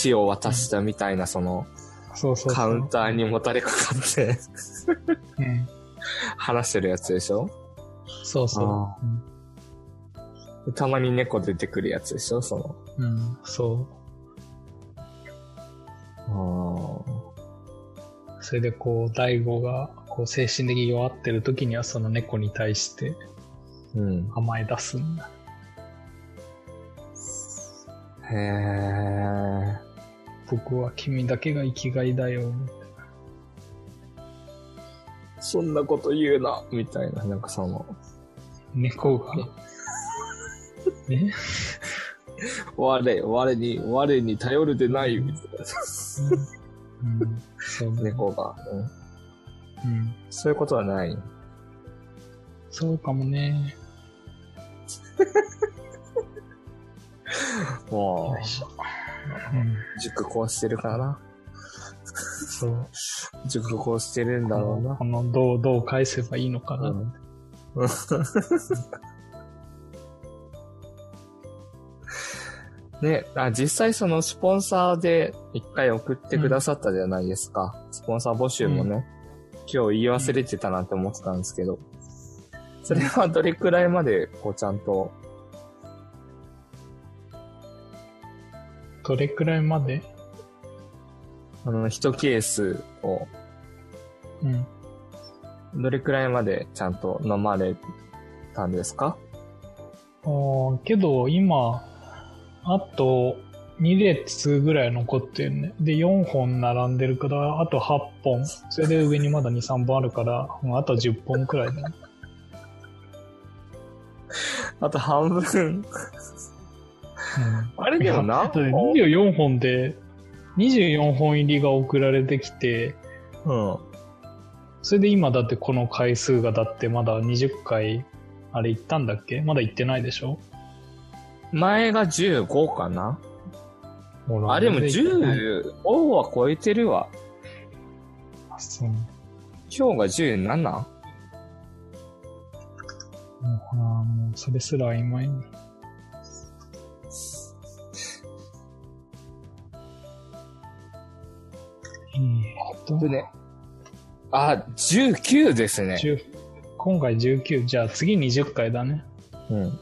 橋を渡したみたいな、その、そうそうそう。カウンターにもたれかかって うん。話してるやつでしょそうそあでたまに猫出てくるやつでしょその。う。うん。うんそう。それでこう、大悟がこう精神的に弱ってる時にはその猫に対してうん。甘え出すんだ。へえ。僕は君だけが生きがいだよ。そんなこと言うな、みたいな、なんかその、猫が。 ね我、我に、我に頼るでない、みたいうん。そうな。ね。猫が、うん。うん。そういうことはない。そうかもね。もよいしょ。うん。う、熟考してるからな。そう。熟考してるんだろうなこ。の、どう、どう返せばいいのかな。うん ね、あ実際そのスポンサーで一回送ってくださったじゃないですか。スポンサー募集もね、今日言い忘れてたなって思ってたんですけど、それはどれくらいまでこうちゃんと、どれくらいまであの、一ケースをうん。どれくらいまでちゃんと飲まれたんですかあーけど今、あと2列ぐらい残ってるね。で、4本並んでるから、あと8本。それで上にまだ2、3本あるから、うんあと10本くらいだね。あと半分。あれうん、でもな、だって24本で、24本入りが送られてきて、うん。それで今だってこの回数がだってまだ20回、あれ行ったんだっけまだ行ってないでしょ前が15かなあ、でも10 15は超えてるわ。そう。今日が 17? もうなもうそれすら曖昧に。えっと、でね。あ、19ですね。 10今回19、じゃあ次20回だね。うん。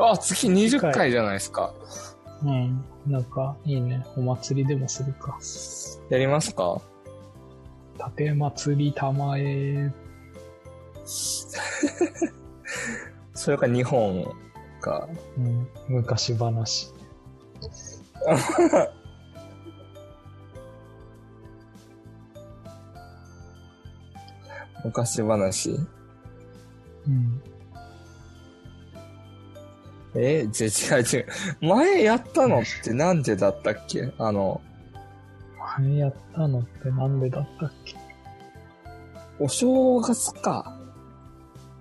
あ、次20回じゃないですか。うん。なんか、いいね。お祭りでもするか。やりますか縦祭り玉え。それか2本か。うん。昔話。昔話。うん。え、じゃ違う違う。前やったのってなんでだったっけあの、前やったのってなんでだったっけお正月か。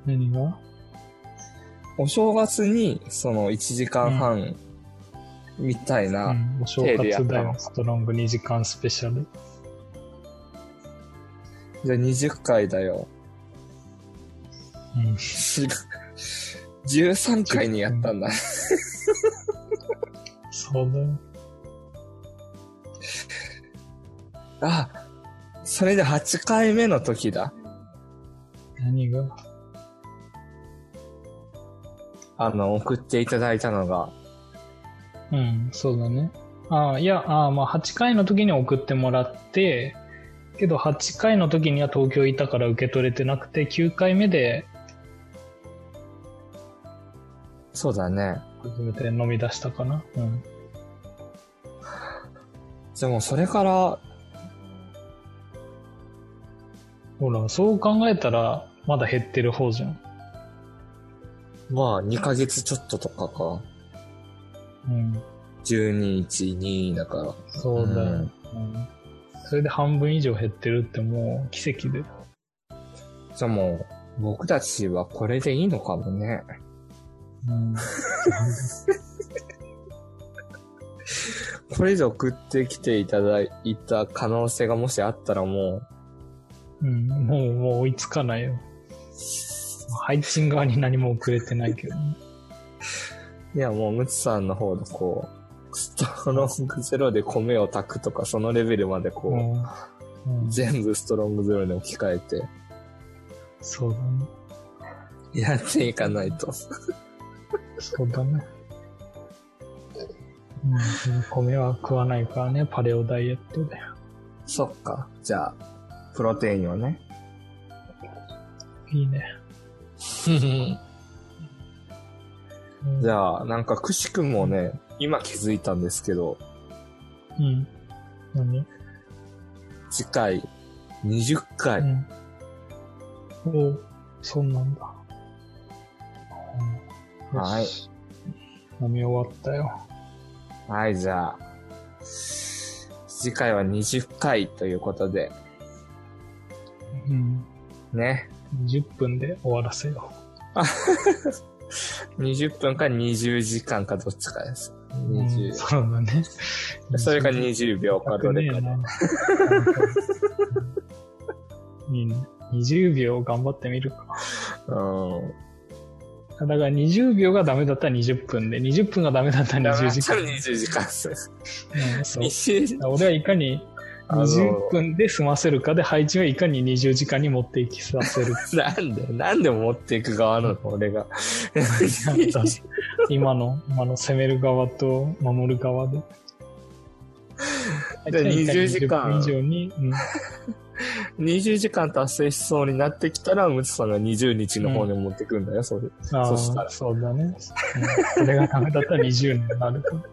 何がお正月に、その1時間半、みたいうな。ん。お正手でやっ月ただのよ。ストロング2時間スペシャル。じゃあ20回だよ。うん。 13回にやったんだ。そうだよ。 あ、それで8回目の時だ。何があの、送っていただいたのが。うん、そうだね。ああ、いや、ああ、まあ、8回の時に送ってもらって、けど8回の時には東京いたから受け取れてなくて、9回目でそうだね。初めて飲み出したかな。うん。でもそれから、ほら、そう考えたら、まだ減ってる方じゃん。まあ2ヶ月ちょっととかか。うん。 12、1、2だから。そうだよ。うんうんそれで半分以上減ってるってもう奇跡で。じゃあもう、僕たちはこれでいいのかもね。うん。 これ以上送ってきていただいた可能性がもしあったらもうん、もう、もう追いつかないよ。配信側に何も遅れてない けどね、う、いやもうムツさんの方でこう、ストロングゼロで米を炊くとかそのレベルまでこう、うんうん全部ストロングゼロに置き換えて、そうだね。やっていかないと。そうだね。うん、米は食わないからね、パレオダイエットで。そっか。じゃあ、プロテインをね。いいね。うんじゃあ、なんかくしくもね、今気づいたんですけど、うん。何次回、20回。うん。おうそうなんだ。うんはいよし飲み終わったよ。はい、じゃあ、次回は20回ということで、うん。ね。 10分で終わらせよ20分か20時間かどっちかです。う。うん20。そうだね。 それか20秒かどれかで。な。いいね。20秒頑張ってみるか。うん。だから20秒がダメだったら20分で、20分がダメだったら20時間。 20時間です。うんそう20時間。俺はいかにあの20分で済ませるかで、配置はいかに20時間に持っていきさせる か。なんで、なんで持っていく側なの、俺が。今の、今の攻める側と守る側で。で20時間以上に、うん20時間達成しそうになってきたら、ムツさんが20日の方に持ってくんだよ、それ。ああそしたらそうだね。うんそれがダメだったら20年になるから。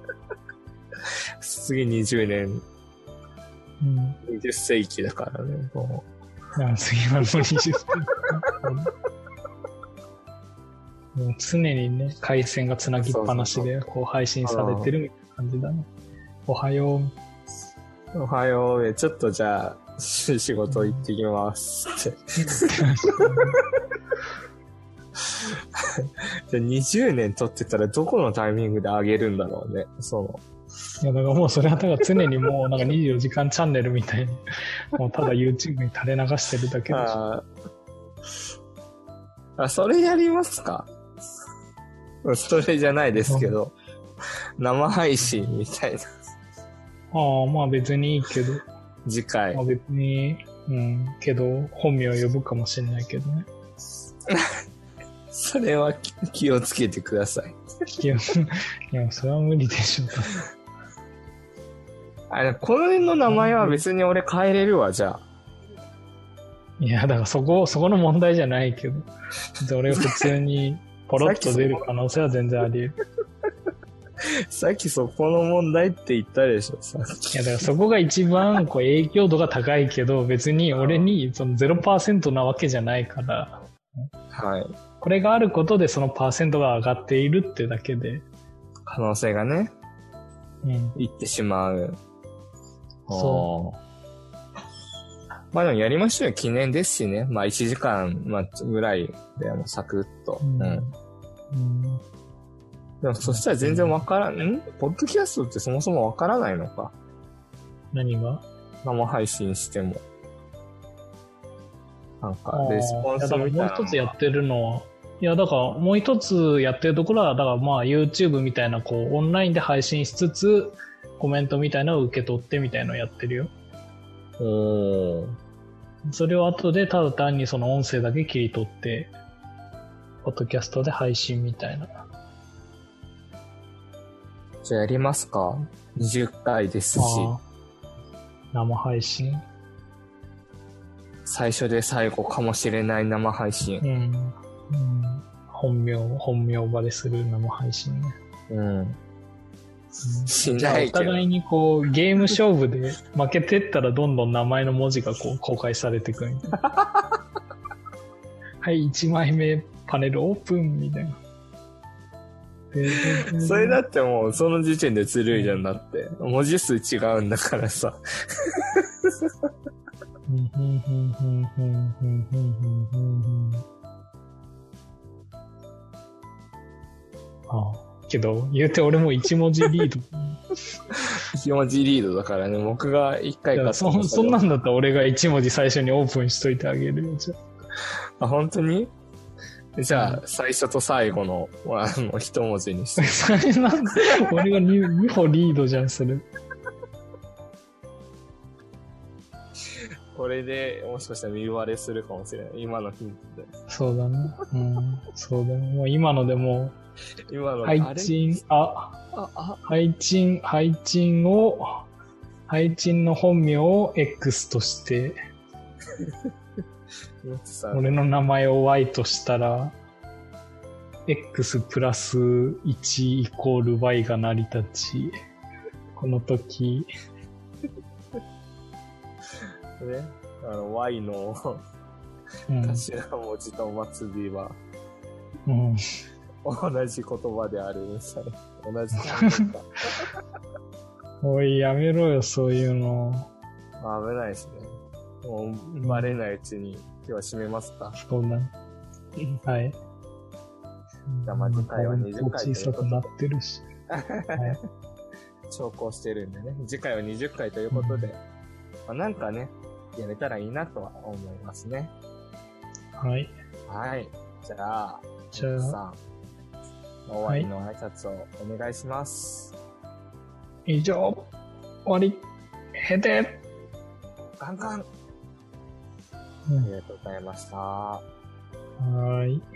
次20年、うん。 20世紀だからね、もあ次はもう20世紀もう常にね、回線がつなぎっぱなしで、こう配信されてるみたいな感じだね。おはよう。う。おはよう、ちょっとじゃあ、し仕事行ってきますって。 じゃあ20年撮ってたら、どこのタイミングで上げるんだろうね、その。いや、だからもうそれはだから常にもうなんか24時間チャンネルみたいに、もうただ YouTube に垂れ流してるだけでしょ。あーあ、それやりますかうんそれじゃないですけど、生配信みたいな。ああ、まあ別にいいけど、次回まあ。別に、うん、けど本名を呼ぶかもしれないけどね。それは気気をつけてください。いや、いやそれは無理でしょう。あれ、この辺の名前は別に俺変えれるわ、じゃあ。いや、だからそこ、そこの問題じゃないけど、ちょっと俺が普通にポロッと出る可能性は全然あり得る。さっきそこの問題って言ったでしょ、さっきいや、だからそこが一番こう影響度が高いけど、別に俺にその0%なわけじゃないから、はい。これがあることでそのパーセントが上がっているってだけで、可能性がね、うん、いってしまう。。そうまあでもやりましょうよ、記念ですしね。まあ1時間、まあ、ぐらいでもうサクッと。うんうんうんでもそしたら全然わからん、んポッドキャストってそもそもわからないのか。何が生配信しても。なんか、レスポンいやだスからみたいな。もう一つやってるのは、いや、だからもう一つやってるところは、だからまあ YouTube みたいな、こう、オンラインで配信しつつ、コメントみたいなのを受け取ってみたいなのをやってるよ。おー。それを後でただ単にその音声だけ切り取って、ポッドキャストで配信みたいな。あじゃあやりますか ?20 回ですし、ー生配信最初で最後かもしれない生配信う。ん。うん、本名、本名場でする生配信ね。うん。うんしじゃあなおいけど。互いにこう、ゲーム勝負で負けてったらどんどん名前の文字がこう公開されてくみたいな。はい、1枚目パネルオープンみたいな。でそれだってもう、その時点でずるいじゃんだって。文字数違うんだからさ。 うんうんうんうんうんうんうんうんうんああけど、言うて俺も1文字リード。 4文字リードだからね、僕が1回いやかそそんなんだったら俺が1文字最初にオープンしといてあげるよ。じゃああ、本当にじゃあ、う最初と最後の、 あの、一文字にして。それなん俺が 2, 二歩リードじゃん、それ。これで、もしかしたら見割れするかもしれない。今のヒントで。そうだね。うん。そうだね。もう今のでも今のう、で、配あれ信、あ、あ、あ、配信、配信を、配信の本名を X として、ミツさん。俺の名前を Y としたら、X プラス1イコール Y が成り立ち、この時、ね。あの、Y のうん、頭文字と末尾は、うん、同じ言葉であるみたいな。同じ単語か。おい、やめろよ、そういうの。まあ危ないですね。もう、バレないうちに、今日は締めますか。そうだね。はい。じゃあまあ次回は20回もう小さくなってるし。調校してるんでね。次回は20回ということで、うまあ、なんかね、やれたらいいなとは思いますね。はい。はい。じゃあ、じゃあさん、終わりの挨拶をお願いします。以上、終わり、へてガンガンあうんりがとうございました。はーい。